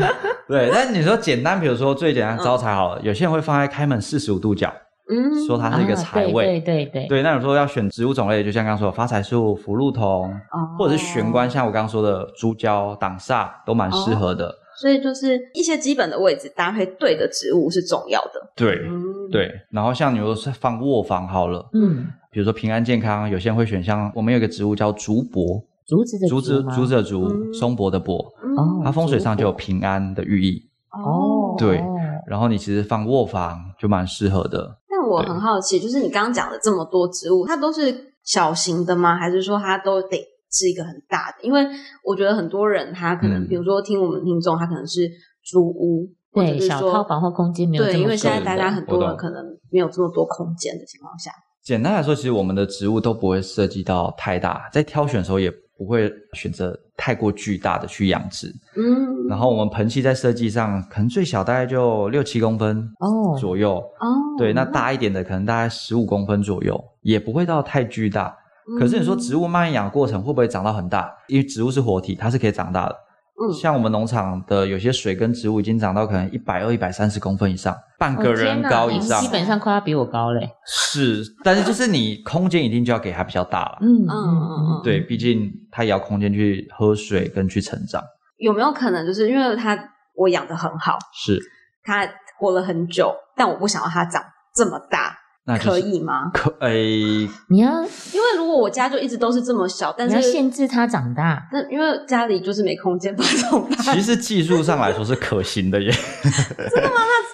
Speaker 1: 对，但你说简单，比如说最简单的招财好了，有些人会放在开门四十五度角，
Speaker 2: 嗯
Speaker 1: 说它是一个财
Speaker 3: 啊对
Speaker 1: 位。
Speaker 3: 对对对，
Speaker 1: 对，那你说要选植物种类，就像刚刚说的发财树、福禄桐，
Speaker 2: 哦哦
Speaker 1: 或者是玄关，像我刚刚说的猪胶、挡煞，都蛮适合的。
Speaker 2: 所以就是一些基本的位置搭配对的植物是重要的。
Speaker 1: 对
Speaker 2: 嗯，，
Speaker 1: 对，然后像你说是放卧房好了，
Speaker 3: 嗯，
Speaker 1: 比如说平安健康，有些人会选像我们有一个植物叫竹柏，
Speaker 3: 竹子的
Speaker 1: 竹子
Speaker 3: 吗
Speaker 1: 竹子的竹，
Speaker 2: 嗯
Speaker 1: 松柏的柏，
Speaker 3: 哦，
Speaker 1: 它风水上就有
Speaker 3: 竹
Speaker 1: 平安的寓意。
Speaker 3: 哦，
Speaker 1: 对
Speaker 3: 哦
Speaker 1: 然后你其实放卧房就蛮适合的，
Speaker 2: 但我
Speaker 1: 对
Speaker 2: 很好奇，就是你刚刚讲的这么多植物，它都是小型的吗？还是说它都得是一个很大的？因为我觉得很多人他可能，
Speaker 1: 嗯
Speaker 2: 比如说听我们听众，他可能是租屋，或者
Speaker 3: 对，
Speaker 2: 是
Speaker 3: 小套
Speaker 2: 说
Speaker 3: 房或空间没有这么
Speaker 2: 对，因为现在
Speaker 3: 够
Speaker 2: 大
Speaker 3: 的
Speaker 2: 家很
Speaker 1: 我
Speaker 2: 多
Speaker 1: 懂
Speaker 2: 人可能没有这么多空间的情况下，
Speaker 1: 简单来说，其实我们的植物都不会涉及到太大，在挑选的时候也不会选择太过巨大的去养殖。
Speaker 2: 嗯，
Speaker 1: 然后我们盆器在设计上，可能最小大概就六七公分
Speaker 3: 哦
Speaker 1: 左右，
Speaker 2: 哦，
Speaker 1: 对，那大一点的可能大概十五公分左右，也不会到太巨
Speaker 3: 嗯
Speaker 1: 大。可是你说植
Speaker 2: 物，
Speaker 1: 物慢慢养的过程会不会长到很大？因为植物是活体，它是可以长大的。
Speaker 2: 嗯
Speaker 1: 像我们农场的有些水跟植物已经长到可能一百二、一百三十公分以上，半
Speaker 3: 哦
Speaker 1: 个
Speaker 3: 天
Speaker 1: 人
Speaker 3: 哪
Speaker 1: 高以
Speaker 3: 你
Speaker 1: 上
Speaker 3: 基。本上快要比我高嘞。
Speaker 1: 是，但是就是你空间一定就要给它比较大了。
Speaker 3: *laughs* 嗯
Speaker 2: 嗯嗯嗯
Speaker 1: 对，毕竟它也要空间去喝水跟去成长。
Speaker 2: 有没有可能就是因为它我养的很好，
Speaker 1: 是，
Speaker 2: 它活了很久，但我不想要它长这么大，
Speaker 1: 那就
Speaker 2: 可
Speaker 1: 是
Speaker 2: 以吗？
Speaker 1: 可哎诶、
Speaker 3: 你要
Speaker 2: 因为如果我家就一直都是这么小，但
Speaker 3: 你要
Speaker 2: 是
Speaker 3: 限制它长大。
Speaker 2: 那因为家里就是没空间，不知道怎么
Speaker 1: *laughs*
Speaker 2: 办
Speaker 1: 其实技术上来说是可行
Speaker 3: *laughs*
Speaker 1: 的耶，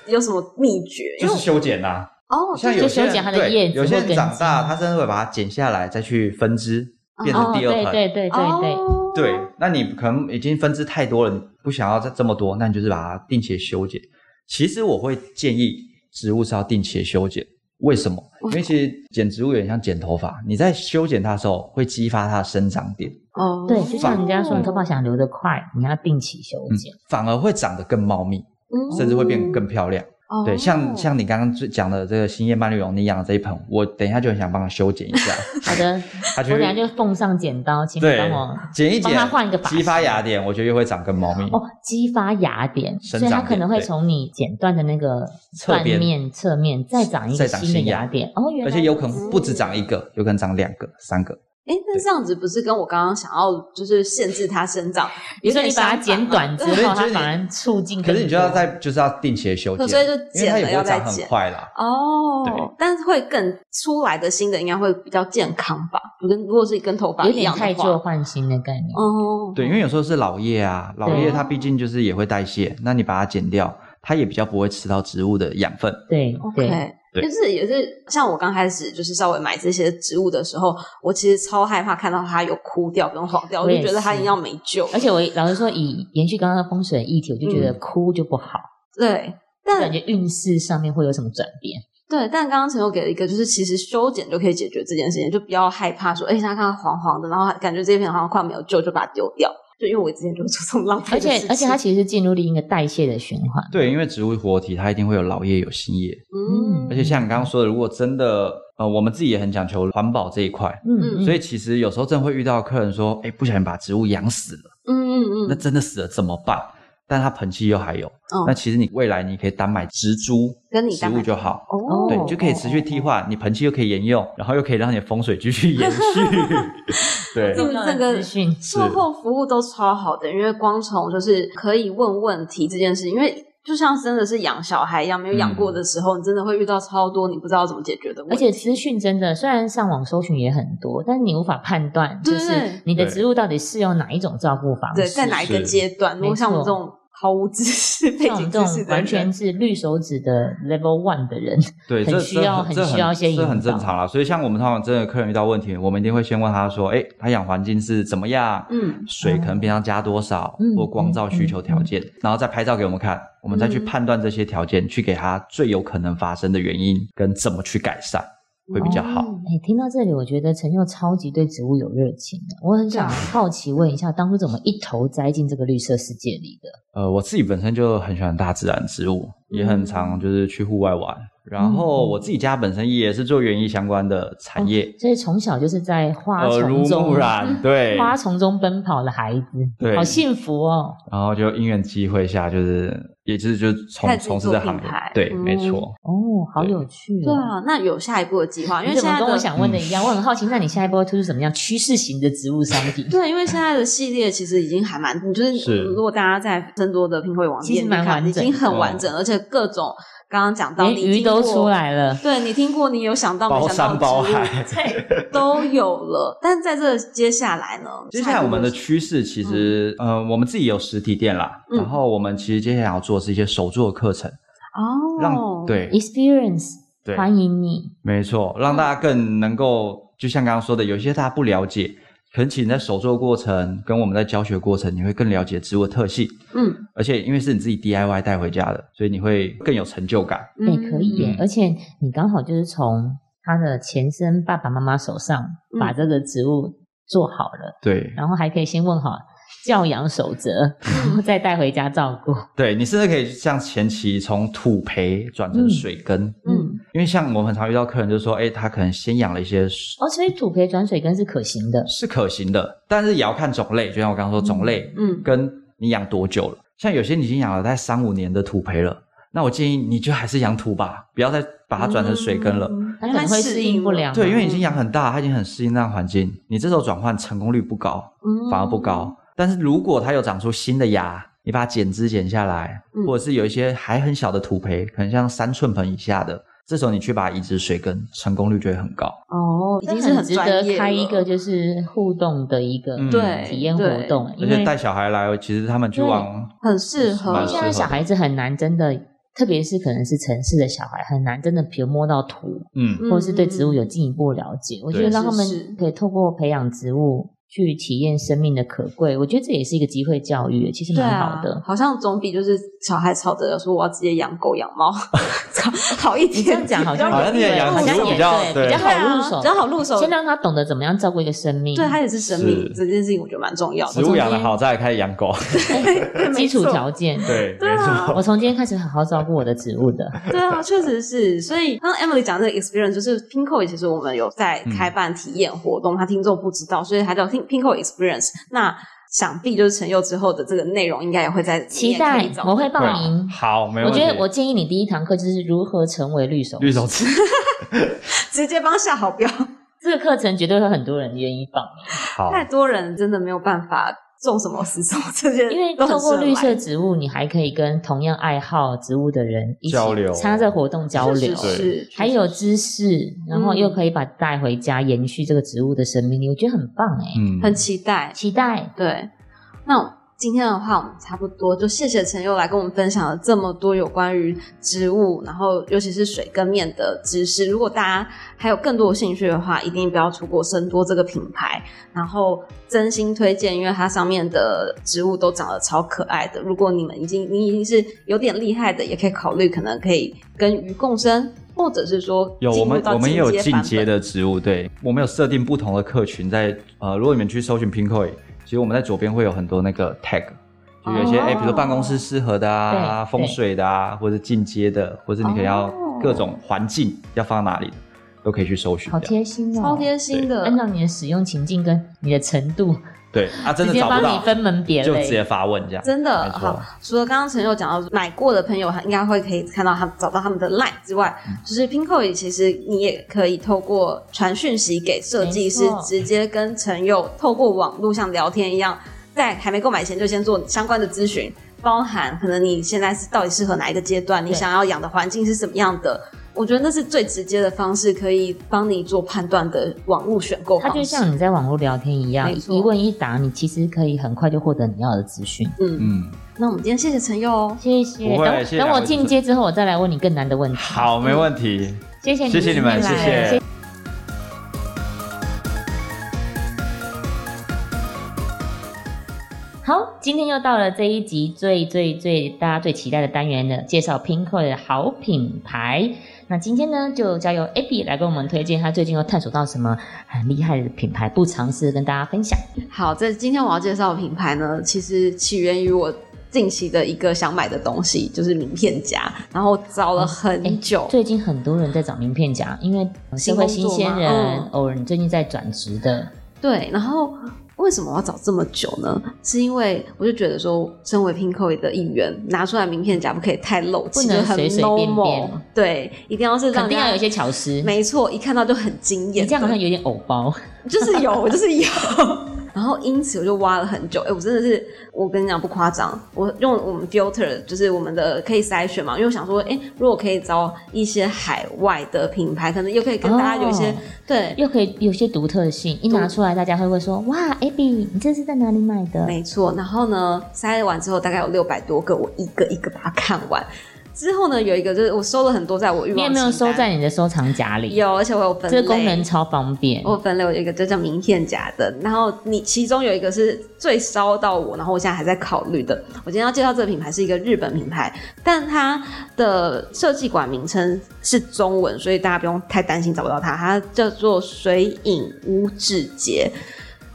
Speaker 2: 有什么秘诀？因
Speaker 1: 就
Speaker 2: 为
Speaker 1: 是修剪呐、啊
Speaker 2: 哦，
Speaker 1: 像有
Speaker 3: 就
Speaker 1: 些
Speaker 3: 修剪
Speaker 1: 人
Speaker 3: 它的
Speaker 1: 对
Speaker 3: 叶子
Speaker 1: 有些
Speaker 3: 或
Speaker 1: 人
Speaker 3: 根
Speaker 1: 长大，
Speaker 3: 茎
Speaker 1: 他甚至会把它剪下来再去分支，变成
Speaker 3: 哦，
Speaker 1: 第
Speaker 3: 对
Speaker 1: 二盆。
Speaker 3: 对对对对，
Speaker 2: 哦
Speaker 1: 对，那你可能已经分支太多了，你不想要再这么多，那你就是把它定期修剪。其实我会建议植物是要定期修剪，为什么？因为其实剪植物有点像剪头发，你在修剪它的时候会激发它的生长点，
Speaker 2: 哦，
Speaker 3: 对，就像人家说，你头发想留得快，你要定期修
Speaker 1: 嗯
Speaker 3: 剪。，
Speaker 1: 反而会长得更茂密，
Speaker 2: 嗯
Speaker 1: 甚至会变更漂亮。
Speaker 2: 哦
Speaker 1: 对，像像你刚刚最讲的这个新叶曼绿绒，你养的这一盆，我等一下就很想帮它修剪一下，
Speaker 3: 好
Speaker 1: *laughs*
Speaker 3: 的，
Speaker 1: 它
Speaker 3: *laughs* 我
Speaker 1: 就
Speaker 3: 等下
Speaker 1: 会
Speaker 3: 就奉上剪刀，请你
Speaker 1: 对
Speaker 3: 帮我
Speaker 1: 剪一剪，
Speaker 3: 帮它换一个发
Speaker 1: 激发
Speaker 3: 型
Speaker 1: 芽点，我觉得又会长更茂密。
Speaker 3: 哦，激发芽点，
Speaker 1: 生
Speaker 3: 所以它
Speaker 1: 长
Speaker 3: 可
Speaker 1: 点
Speaker 3: 能会
Speaker 1: 对
Speaker 3: 从你剪断的那个
Speaker 1: 侧
Speaker 3: 断
Speaker 1: 边
Speaker 3: 面侧面再长一个
Speaker 1: 再长
Speaker 3: 新的
Speaker 1: 新芽
Speaker 3: 芽点。哦，原来
Speaker 1: 而且有
Speaker 3: 如
Speaker 1: 可
Speaker 3: 此
Speaker 1: 能不止长一个，有可能长两个、三个。
Speaker 2: 哎，那这样子不是跟我刚刚想要就是限制它生长，
Speaker 3: 你
Speaker 2: 有
Speaker 3: 说
Speaker 2: 点
Speaker 3: 你把它
Speaker 2: 相反
Speaker 3: 剪
Speaker 2: 吗
Speaker 3: 短之
Speaker 1: 所以
Speaker 3: 后，
Speaker 1: 就是
Speaker 3: 它
Speaker 1: 你
Speaker 3: 反而促进更多。
Speaker 1: 可是你就要在就是要定期的修剪，
Speaker 2: 所以就剪
Speaker 1: 因为它也
Speaker 2: 了
Speaker 1: 不
Speaker 2: 要
Speaker 1: 会
Speaker 2: 再
Speaker 1: 长很
Speaker 2: 剪
Speaker 1: 快啦。
Speaker 2: 哦
Speaker 1: 对，
Speaker 2: 但是会更出来的新的应该会比较健康吧？跟如果是跟头发
Speaker 3: 有
Speaker 2: 一
Speaker 3: 点
Speaker 2: 样
Speaker 3: 太
Speaker 2: 的
Speaker 3: 旧
Speaker 2: 话，
Speaker 3: 换新的概念。
Speaker 2: 哦，
Speaker 1: 对，因为有时候是老叶啊，老
Speaker 3: 对
Speaker 1: 叶它毕竟就是也会代谢，那你把它剪掉，它也比较不会吃到植物的养分。
Speaker 3: 对对，
Speaker 2: 哦 OK，
Speaker 1: 对
Speaker 2: 就是也是像我刚开始就是稍微买这些植物的时候，我其实超害怕看到它有枯掉跟黄掉，我
Speaker 3: 我
Speaker 2: 就
Speaker 3: 也
Speaker 2: 觉得它
Speaker 3: 是
Speaker 2: 一样没救。
Speaker 3: 而且我老实说，以延续刚刚的风水议题，我就觉得
Speaker 2: 嗯
Speaker 3: 哭就不好，
Speaker 2: 对，
Speaker 3: 就
Speaker 2: 但
Speaker 3: 感觉运势上面会有什么转变。
Speaker 2: 对，但刚刚陈友给了一个，就是其实修剪就可以解决这件事情，就不要害怕说，哎、他看到黄黄的，然后感觉这一片好像快没有救，就把它丢掉。就因为我之前就做这种浪费的
Speaker 3: 而且
Speaker 2: 事情，
Speaker 3: 而且它其实进入另一个代谢的循环。
Speaker 1: 对，因为植物活体它一定会有老叶有新叶，
Speaker 2: 嗯
Speaker 1: 而且像你刚刚说的，如果真的呃，我们自己也很讲求环保这一块。
Speaker 3: 嗯，
Speaker 1: 所
Speaker 3: 以
Speaker 1: 以其实有时候真的会遇到客人说，哎，不小心把植物养死了，
Speaker 2: 嗯嗯
Speaker 1: 那
Speaker 2: 嗯，
Speaker 1: 真的死了怎么办？但它盆器又还有，
Speaker 2: 哦
Speaker 1: 那其实你未来你可以单买植株
Speaker 2: 跟你
Speaker 1: 植
Speaker 2: 单买
Speaker 1: 物就好，
Speaker 2: 哦，
Speaker 1: 对，就可以持续替换，你盆器又可以沿用，然后又可以让你的风水继续延
Speaker 3: *laughs*
Speaker 1: 续。对
Speaker 2: 这，个这个
Speaker 3: 资讯
Speaker 2: 售后服务都超好的，因为光从就是可以问问题这件事情，因为就像真的是养小孩一样，没有养过的时候，你真的会遇到超多你不知道怎么解决的问
Speaker 3: 而
Speaker 2: 题。
Speaker 3: 且资讯真的，虽然上网搜寻也很多，但是你无法判断，就
Speaker 2: 对
Speaker 3: 是你的
Speaker 1: 对
Speaker 3: 植物到底适用哪一种照顾方式。
Speaker 2: 对，在哪一个
Speaker 1: 是
Speaker 2: 阶段？如果
Speaker 3: 没
Speaker 2: 像我们
Speaker 3: 错
Speaker 2: 这种毫无知识、 *laughs* 背
Speaker 3: 像我
Speaker 2: 景
Speaker 3: 们这
Speaker 2: 知识
Speaker 3: 种
Speaker 2: 的
Speaker 3: 完
Speaker 2: 人
Speaker 3: 全是绿手指的 level one 的人，哎
Speaker 1: 对，
Speaker 3: 很
Speaker 1: 这
Speaker 3: 需要
Speaker 1: 这
Speaker 3: 很需要一些
Speaker 1: 这
Speaker 3: 引
Speaker 1: 很正
Speaker 3: 导
Speaker 1: 常啦。所以像我们通常真的客人遇到问题，我们一定会先问他说，哎，他养环境是怎么样？
Speaker 2: 嗯
Speaker 1: 水可能平常加多少，
Speaker 3: 嗯
Speaker 1: 或光照需求条件，然后再拍照给我们看，我们再去
Speaker 2: 嗯
Speaker 1: 判断这些条件，去给他最有可能发生的原因跟怎么去改善，会比较好。
Speaker 2: 哦
Speaker 3: 哎，听到这里，我觉得陈佑超级对植物有热情的。我很想
Speaker 2: 对啊
Speaker 3: 好奇问一下，当初怎么一头栽进这个绿色世界里的？
Speaker 1: 呃，我自己本身就很喜欢大自然植物，也很
Speaker 2: 嗯
Speaker 1: 常就是去户外玩。然后我自己家本身也是做园艺相关的产业，
Speaker 3: 所以从小就是在
Speaker 2: 哦
Speaker 3: 花
Speaker 1: 耳
Speaker 3: 丛
Speaker 1: 濡
Speaker 3: 中
Speaker 1: 目
Speaker 2: *laughs*
Speaker 1: 染，对。
Speaker 3: 花丛中奔跑的孩子，
Speaker 1: 对
Speaker 3: 好幸福哦！
Speaker 1: 然后就因缘机会下，就是也就是就从
Speaker 2: 开始
Speaker 1: 从事
Speaker 2: 做
Speaker 1: 这行
Speaker 2: 品
Speaker 1: 业
Speaker 2: 牌，
Speaker 1: 对，
Speaker 2: 嗯
Speaker 1: 没错。
Speaker 3: 哦，好
Speaker 1: 对
Speaker 3: 有趣
Speaker 2: 对
Speaker 3: 哦！
Speaker 2: 啊，那有下一步的计划，因为
Speaker 3: 你怎
Speaker 2: 现
Speaker 3: 么
Speaker 2: 在
Speaker 3: 跟我
Speaker 2: 的
Speaker 3: 想问的一样？我很好奇，那你下一步会推出什么样趋势型的植物商
Speaker 2: *laughs* *laughs*
Speaker 3: 品？
Speaker 2: 对，因为现在的系列其实已经还蛮，就是
Speaker 1: 是
Speaker 2: 如果大家在更多的拼会网
Speaker 3: 其实
Speaker 2: 店
Speaker 3: 蛮
Speaker 2: 看，
Speaker 3: 完
Speaker 2: 已
Speaker 3: 整
Speaker 2: 经很
Speaker 1: 的
Speaker 2: 完整，而且各种刚刚讲到，
Speaker 3: 连
Speaker 2: 你
Speaker 3: 鱼
Speaker 2: 听
Speaker 3: 都
Speaker 2: 过
Speaker 3: 出。来了。
Speaker 2: 对你听过，你有想到没
Speaker 1: 包
Speaker 2: 想
Speaker 1: 山包
Speaker 2: 到的植物 *laughs*
Speaker 1: 海，
Speaker 2: 都有
Speaker 1: *laughs*
Speaker 2: 了，但在这接下来呢？
Speaker 1: 接下来我们的
Speaker 2: 下一步
Speaker 1: 趋势其实，呃，我们自己有实体店啦，
Speaker 2: 嗯
Speaker 1: 然后我们其实接下来要做的是一些手作课程，
Speaker 2: 哦
Speaker 1: 让，对
Speaker 3: Experience，
Speaker 1: 对，
Speaker 3: 欢迎你。
Speaker 1: 没错，让大家更能够，就像刚刚说的，有一些大家不了解，可能其实你在手作过程跟我们在教学过程，你会更了解植物的特性，
Speaker 2: 嗯，
Speaker 1: 而且因为是你自己 DIY 带回家的，所以你会更有成就感。
Speaker 3: 哎、可以耶！
Speaker 1: 嗯
Speaker 3: 而且你刚好就是从他的前身爸爸妈妈手上
Speaker 2: 嗯
Speaker 3: 把这个植物做好了，
Speaker 1: 对，
Speaker 3: 然后还可以先问好教养守则，然后 *laughs* 再带回家照顾。
Speaker 1: 对你甚至可以像前期从土培转成水根，
Speaker 2: 嗯
Speaker 3: 嗯，
Speaker 1: 因为像我们很常遇到客人就说，哎，他可能先养了一些
Speaker 3: 哦，所以土培转水根是可行的。
Speaker 1: 是可行的，但是也要看种类，就像我刚刚说种类。
Speaker 2: 嗯
Speaker 1: 跟你养多久了。像有些你已经养了大概三五年的土培了，那我建议你就还是养土吧，不要再把它转成水耕了。
Speaker 2: 嗯
Speaker 3: 它可能会适应不良。
Speaker 1: 对，因为已经养很大，它已经很适应那样环境，你这时候转换成功率不高，反而不。高。但是如果它有长出新的芽，你把它剪枝剪下来，
Speaker 2: 嗯
Speaker 1: 或者是有一些还很小的土培，可能像三寸盆以下的，这时候你去把它移植水根，成功率就会很高。
Speaker 2: 哦，已
Speaker 3: 这
Speaker 2: 经是
Speaker 3: 很值
Speaker 2: 专
Speaker 3: 得
Speaker 2: 业
Speaker 3: 开
Speaker 2: 了
Speaker 3: 一个就是互动的一个
Speaker 1: 嗯
Speaker 2: 对
Speaker 3: 体验活
Speaker 2: 对
Speaker 3: 动，
Speaker 1: 而
Speaker 3: 因
Speaker 1: 且
Speaker 3: 为
Speaker 1: 带小孩来，其实他们去
Speaker 3: 对
Speaker 1: 往
Speaker 2: 很适合
Speaker 1: 蛮适
Speaker 3: 现
Speaker 1: 合
Speaker 3: 在小孩子很难真的，特别是可能是城市的小孩，很难真的比如摸到土，
Speaker 1: 嗯
Speaker 2: 嗯
Speaker 3: 或者是对植物有
Speaker 2: 嗯嗯
Speaker 3: 进一步了解。我觉
Speaker 1: 对
Speaker 3: 得让
Speaker 2: 是
Speaker 3: 他们
Speaker 2: 是
Speaker 3: 可以透过培养植物去体验生命的可贵，我觉得这也是一个机会教育，其实
Speaker 2: 对
Speaker 3: 蛮
Speaker 2: 啊，*laughs*
Speaker 3: 好的。
Speaker 2: 好像总比就是小孩吵着说我要直接养狗养猫 *laughs* 好好一点。啊
Speaker 3: 这样讲好像
Speaker 1: 好像
Speaker 3: 对
Speaker 1: 也养
Speaker 3: 好像
Speaker 1: 植物
Speaker 3: 也
Speaker 1: 比较
Speaker 3: 对，比较
Speaker 1: 对
Speaker 3: 好入手，
Speaker 2: 比较好入手。
Speaker 3: 先让他懂得怎么样照顾一个生命，
Speaker 2: 对，它也是生命
Speaker 1: 是
Speaker 2: 这件事情，我觉得蛮重要
Speaker 1: 植
Speaker 2: 的。
Speaker 1: 物养得好，再来开始养狗。
Speaker 3: 基础
Speaker 2: 没错
Speaker 3: 条件。
Speaker 1: 对，没
Speaker 2: 啊
Speaker 1: 错
Speaker 3: 我。从今天开始好好照顾我的植物的，
Speaker 2: *laughs* 对啊，确实是。所以刚刚 Emily 讲这个 experience，就是 Pinko 其实我们有在开办体验活动，他、听众不知道，所以还叫 Pin- Pinko experience。那想必就是成佑之后的这个内容，应该也会在
Speaker 3: 期待我会报
Speaker 1: 对
Speaker 3: 名。
Speaker 1: 好，没
Speaker 3: 我
Speaker 1: 问题。
Speaker 3: 觉得我建议你第一堂课就是如何成为绿手，
Speaker 1: *laughs* 绿手指，
Speaker 2: 直接帮下好标。
Speaker 3: 这个课程绝对会很多人愿意报
Speaker 1: 好，
Speaker 2: *laughs* 太多人真的没有办法种什么死种这些，
Speaker 3: 名，因为
Speaker 2: 都很
Speaker 3: 透过绿
Speaker 2: 适合
Speaker 3: 色植物，你还可以跟同样爱好植物的人一起
Speaker 1: 交流
Speaker 3: 参加这活动交
Speaker 2: 来是是
Speaker 3: 流，
Speaker 1: 对
Speaker 2: 是嗯
Speaker 3: 还有知识，然后又可以把它带回家，延续这个植物的生命力，我觉得很棒哎，
Speaker 1: 嗯
Speaker 2: 很期待。
Speaker 3: 期待。
Speaker 2: 对，那今天的话，我们差不多就谢谢陈佑来跟我们分享了这么多有关于植物，然后尤其是水跟面的知识。如果大家还有更多的兴趣的话，一定不要错过生多这个品牌，然后真心推荐，因为它上面的植物都长得超可爱的。如果你们已经你已经是有点厉害的，也可以考虑可能可以跟鱼共生。或者是说
Speaker 1: 有我们
Speaker 2: 进入到
Speaker 1: 我们也有进阶
Speaker 2: 版本，
Speaker 1: 的植物，对我们有设定不同的客群在呃，如果你们去搜寻 Pinkoi，其实我们在左边会有很多那个 tag。就有一些
Speaker 2: 哦
Speaker 1: 哎，比如说办公室适合的啊，
Speaker 3: 对
Speaker 1: 风水的啊，或者进阶的，或者你可以要
Speaker 2: 哦
Speaker 1: 各种环境要放到哪里的，都可以去搜寻
Speaker 3: 好
Speaker 1: 这样。
Speaker 3: 贴心哦！
Speaker 2: 超贴心的，
Speaker 3: 按照你的使用情境跟你的程度，
Speaker 1: 对啊，真的
Speaker 3: 直接
Speaker 1: 找不
Speaker 3: 帮你
Speaker 1: 到
Speaker 3: 分门别
Speaker 1: 就
Speaker 3: 类，
Speaker 1: 直接发问这样。
Speaker 2: 真的
Speaker 1: 没错
Speaker 2: 好。除了刚刚陈佑讲到买过的朋友，他应该会可以看到他找到他们的 line 之外，
Speaker 3: 嗯
Speaker 2: 就是 Pinko 也其实你也可以透过传讯息给设计师
Speaker 3: 没错，
Speaker 2: 直接跟陈佑透过网络像聊天一样，在还没购买前就先做相关的咨询，包含可能你现在是到底适合哪一个阶段，你
Speaker 3: 对
Speaker 2: 想要养的环境是什么样的。我觉得那是最直接的方式，可以帮你做判断的网络选购
Speaker 3: 它
Speaker 2: 方式。
Speaker 3: 就像你在网络聊天一样，
Speaker 2: 没错
Speaker 3: 一问一答，你其实可以很快就获得你要的资讯。
Speaker 2: 嗯，
Speaker 1: 嗯，
Speaker 2: 那我们今天谢谢陈佑哦，
Speaker 3: 谢谢，
Speaker 1: 不会
Speaker 3: 等
Speaker 1: 谢谢
Speaker 3: 等我
Speaker 1: 两位主持人
Speaker 3: 进阶之后，我再来问你更难的问题。，
Speaker 1: 好，没问题。
Speaker 3: 谢谢你，
Speaker 1: 谢谢你们，
Speaker 3: 今
Speaker 1: 谢
Speaker 3: 天来
Speaker 1: 谢。
Speaker 3: 好，今天又到了这一集最最最大家最期待的单元了，介绍 Pinko 的好品牌。那今天呢，就交由 Abby 来跟我们推荐她最近又探索到什么很厉害的品牌，不尝试跟大家分享。
Speaker 2: 好，这今天我要介绍的品牌呢，其实起源于我近期的一个想买的东西，就是名片夹，然后找
Speaker 3: 哦
Speaker 2: 了
Speaker 3: 哎
Speaker 2: 很久。
Speaker 3: 最近很多人在找名片夹，因为社会新鲜哦
Speaker 2: 新工作
Speaker 3: 人，
Speaker 2: 嘛嗯
Speaker 3: 偶尔你最近在转职的，
Speaker 2: 对，然后为什么我要找这么久呢？是因为我就觉得说，身为 Pinko 的一员，拿出来名片夹不可以太露气，
Speaker 3: 不能
Speaker 2: 就很
Speaker 3: 随随便
Speaker 2: normal，
Speaker 3: 便
Speaker 2: 对，一定要是让
Speaker 3: 肯定要有
Speaker 2: 人
Speaker 3: 一
Speaker 2: 家。
Speaker 3: 些巧思。
Speaker 2: 嗯没错，一看到就很惊
Speaker 3: 你
Speaker 2: 艳。
Speaker 3: 这样好像有点偶包，
Speaker 2: 就是有， *laughs* 我就是有。然后因此我就挖了很久，哎、我真的是，我跟你讲不夸张，我用我们 filter 就是我们的可以筛选嘛，因为我想说，哎、如果可以找一些海外的品牌，可能又可以跟大家有一些、
Speaker 3: 哦
Speaker 2: 对，
Speaker 3: 又可以有些独特性，一拿出来大家会会说哇，Abby，你这是在哪里买的？
Speaker 2: 没错。然后呢，筛完之后大概有六百多个，我一个一个把它看完。之后呢，有一个就是我收了很多在我欲望
Speaker 3: 你有没有
Speaker 2: 清单
Speaker 3: 收在你的收藏夹里？，
Speaker 2: 有，而且我有分类。
Speaker 3: 这个功能超方便。
Speaker 2: 我分类有一个就叫名片夹的，然后你其中有一个是最烧到我，然后我现在还在考虑的。我今天要介绍这个品牌是一个日本品牌，但它的设计馆名称是中文，所以大家不用太担心找不到它。它叫做水影屋志节，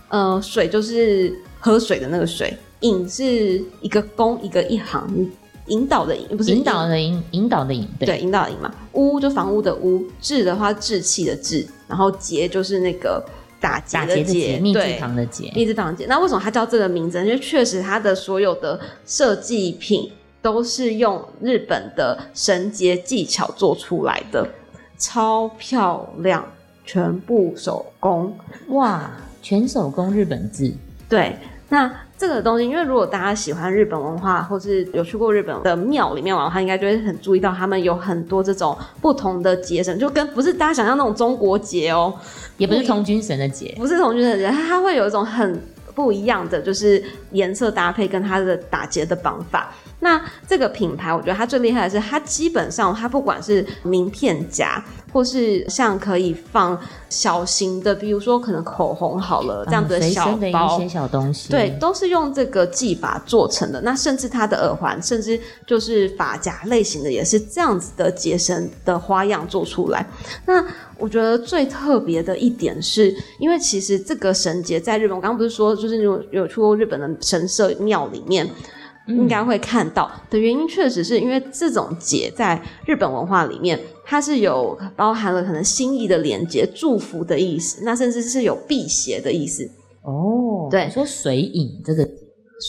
Speaker 2: 呃，水就是喝水的那个水，影是一个弓一个一行，引导的引不是
Speaker 3: 引导的引，引导的引，对，
Speaker 2: 对，引导营嘛。屋就房屋的屋，志的话志气的志，然后节就是那个打结
Speaker 3: 打
Speaker 2: 的
Speaker 3: 结的结，密字
Speaker 2: 对
Speaker 3: 旁的结，
Speaker 2: 一字旁结。那为什么它叫这个名字呢？因为确实它的所有的设计品都是用日本的绳结技巧做出来的，超漂亮，全部手工。
Speaker 3: 哇，全手工日本字，
Speaker 2: 对，那这个东西，因为如果大家喜欢日本文化，或是有去过日本的庙里面玩的话，应该就会很注意到他们有很多这种不同的结绳，就跟不是大家想象那种中国结哦， *laughs*
Speaker 3: 也不是
Speaker 2: 不一
Speaker 3: 童军绳的结，
Speaker 2: 不是同居的结，它它会有一种很不一样的，就是颜色搭配跟它的打结的绑法。那这个品牌，我觉得它最厉害的是，它基本上它不管是名片夹，或是像可以放小型的，比如说可能口红好了这样子
Speaker 3: 嗯
Speaker 2: 的
Speaker 3: 随
Speaker 2: 小
Speaker 3: 身的一
Speaker 2: 包，
Speaker 3: 些小东西，
Speaker 2: 对，都是用这个技法做成的。那甚至它的耳环，甚至就是发夹类型的，也是这样子的结绳的花样做出来。那我觉得最特别的一点是，因为其实这个绳结在日本，我刚刚不是说，就是你有有去过日本的神社庙里面，
Speaker 3: 嗯
Speaker 2: 应该会看到的原因，确实是因为这种结在日本文化里面，它是有包含了可能心意的连接、祝福的意思，那甚至是有辟邪的意思。
Speaker 3: 哦，
Speaker 2: 对
Speaker 3: 你说水影这个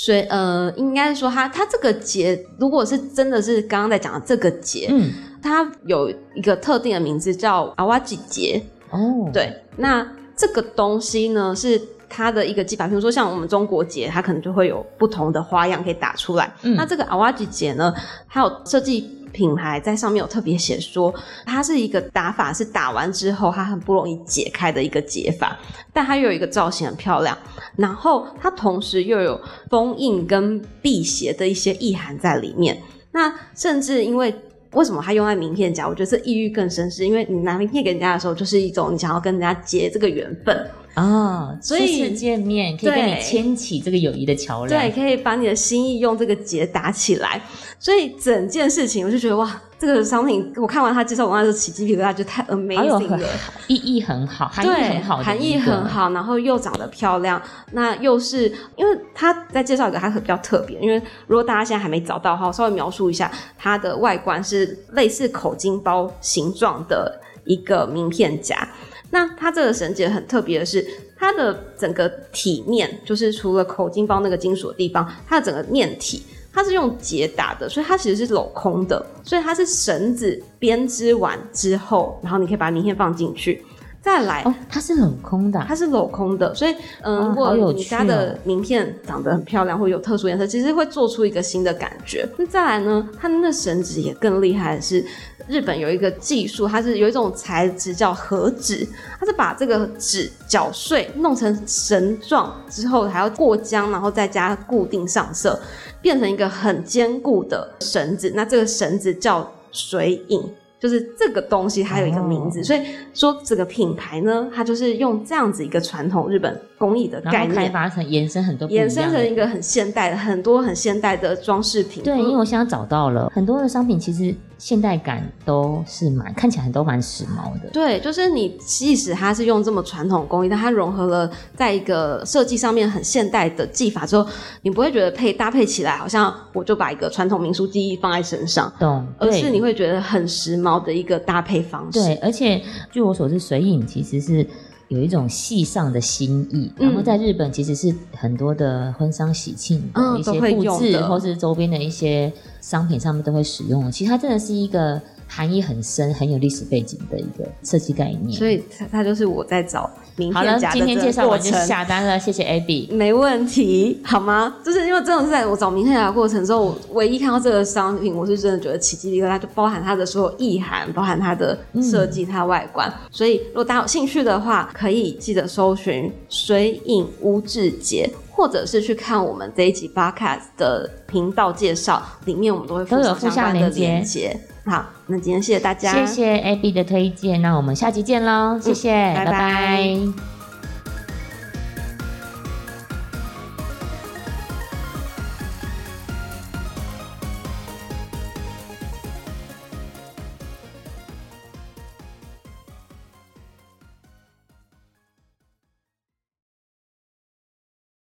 Speaker 2: 所以呃，应该说它它这个节，如果是真的是刚刚在讲的这个节，
Speaker 3: 嗯
Speaker 2: 它有一个特定的名字叫阿瓦吉节。
Speaker 3: 哦，
Speaker 2: 对，那这个东西呢是。它的一个技法，比如说像我们中国结，它可能就会有不同的花样可以打出来。
Speaker 3: 嗯
Speaker 2: 那这个阿瓦吉结呢，还有设计品牌在上面有特别写说，它是一个打法是打完之后它很不容易解开的一个解法，但它又有一个造型很漂亮，然后它同时又有封印跟辟邪的一些意涵在里面。那甚至因为为什么它用在名片夹，我觉得这意欲更深，是因为你拿名片给人家的时候，就是一种你想要跟人家结这个缘分，
Speaker 3: 啊，
Speaker 2: 所以
Speaker 3: 初次见面可以跟你
Speaker 2: 对
Speaker 3: 牵起这个友谊的桥梁，
Speaker 2: 对，，可以把你的心意用这个结打起来。所以整件事情，我就觉得哇，这个商品我看完它介绍文案的时候起鸡皮疙瘩，就太
Speaker 3: 好有
Speaker 2: amazing
Speaker 3: 很
Speaker 2: 了。
Speaker 3: 意义很好，含义
Speaker 2: 对，
Speaker 3: 很好，
Speaker 2: 含义很，好，然后又长得漂亮，那又是因为它在介绍一个它比较特别，因为如果大家现在还没找到的话，我稍微描述一下它的外观是类似口金包形状的一个名片夹。那它这个绳结很特别的是，它的整个体面就是除了口金包那个金属的地方，它的整个面体。它是用结打的，所以它其实是镂空的，所以它是绳子编织完之后，然后你可以把名片放进去。再来，
Speaker 3: 哦，它是镂空的啊，
Speaker 2: 它是镂空的，所以嗯、
Speaker 3: 啊
Speaker 2: 如
Speaker 3: 好有
Speaker 2: 果你
Speaker 3: 趣
Speaker 2: 家
Speaker 3: 哦
Speaker 2: 的名片长得很漂亮或有特殊颜色，其实会做出一个新的感觉。那再来呢，它那绳子也更厉害的是。日本有一个技术，它是有一种材质叫和纸，它是把这个纸绞碎弄成绳状之后，还要过浆，然后再加固定上色，变成一个很坚固的绳子。那这个绳子叫水影，就是这个东西它有一个名字，
Speaker 3: 哦
Speaker 2: 所以说整个品牌呢，它就是用这样子一个传统日本工艺的概
Speaker 3: 然后开
Speaker 2: 念，
Speaker 3: 发成延伸很多不一样
Speaker 2: 衍
Speaker 3: 的
Speaker 2: 生成一个很现代的、很多很现代的装饰品。
Speaker 3: 对，因为
Speaker 2: 嗯
Speaker 3: 我现在找到了很多的商品，其实现代感都是蛮看起来都蛮时髦的。
Speaker 2: 对，就是你即使它是用这么传统工艺，但它融合了在一个设计上面很现代的技法之后，你不会觉得配搭配起来好像我就把一个传统民俗技艺放在身上，
Speaker 3: 懂，
Speaker 2: 而
Speaker 3: 对
Speaker 2: 是你会觉得很时髦的一个搭配方式。
Speaker 3: 对，而且据我所知，水影其实是有一种戏上的心意，然后
Speaker 2: 嗯
Speaker 3: 在日本其实是很多的婚丧喜庆的
Speaker 2: 嗯
Speaker 3: 一
Speaker 2: 都
Speaker 3: 些
Speaker 2: 会
Speaker 3: 布
Speaker 2: 用
Speaker 3: 置，
Speaker 2: 的
Speaker 3: 或是周边的一些商品上面都会使用。其实它真的是一个含义很深、很有历史背景的一个设计概念。
Speaker 2: 所以它它就是我在找名
Speaker 3: 好了
Speaker 2: 片夹，的
Speaker 3: 今天
Speaker 2: 这个
Speaker 3: 介绍
Speaker 2: 过
Speaker 3: 完就
Speaker 2: 程。
Speaker 3: 下单了，谢谢 Abby。
Speaker 2: 没问题，好吗？就是因为真的是在我找名片夹的过程中，我唯一看到这个商品，我是真的觉得奇迹疙瘩，就包含它的所有意涵，包含它的设计、它的外观。所以，如果大家有兴趣的话，可以记得搜寻“水影乌志节”，或者是去看我们这一集 Podcast 的频道介绍，里面我们都会附
Speaker 3: 都有
Speaker 2: 上
Speaker 3: 附
Speaker 2: 相
Speaker 3: 上
Speaker 2: 关的
Speaker 3: 连接
Speaker 2: 链接。好，那今天谢谢大家，
Speaker 3: 谢谢 Abby 的推荐，那我们下期见喽，谢谢，
Speaker 2: 嗯拜
Speaker 3: 拜
Speaker 2: 拜
Speaker 3: 拜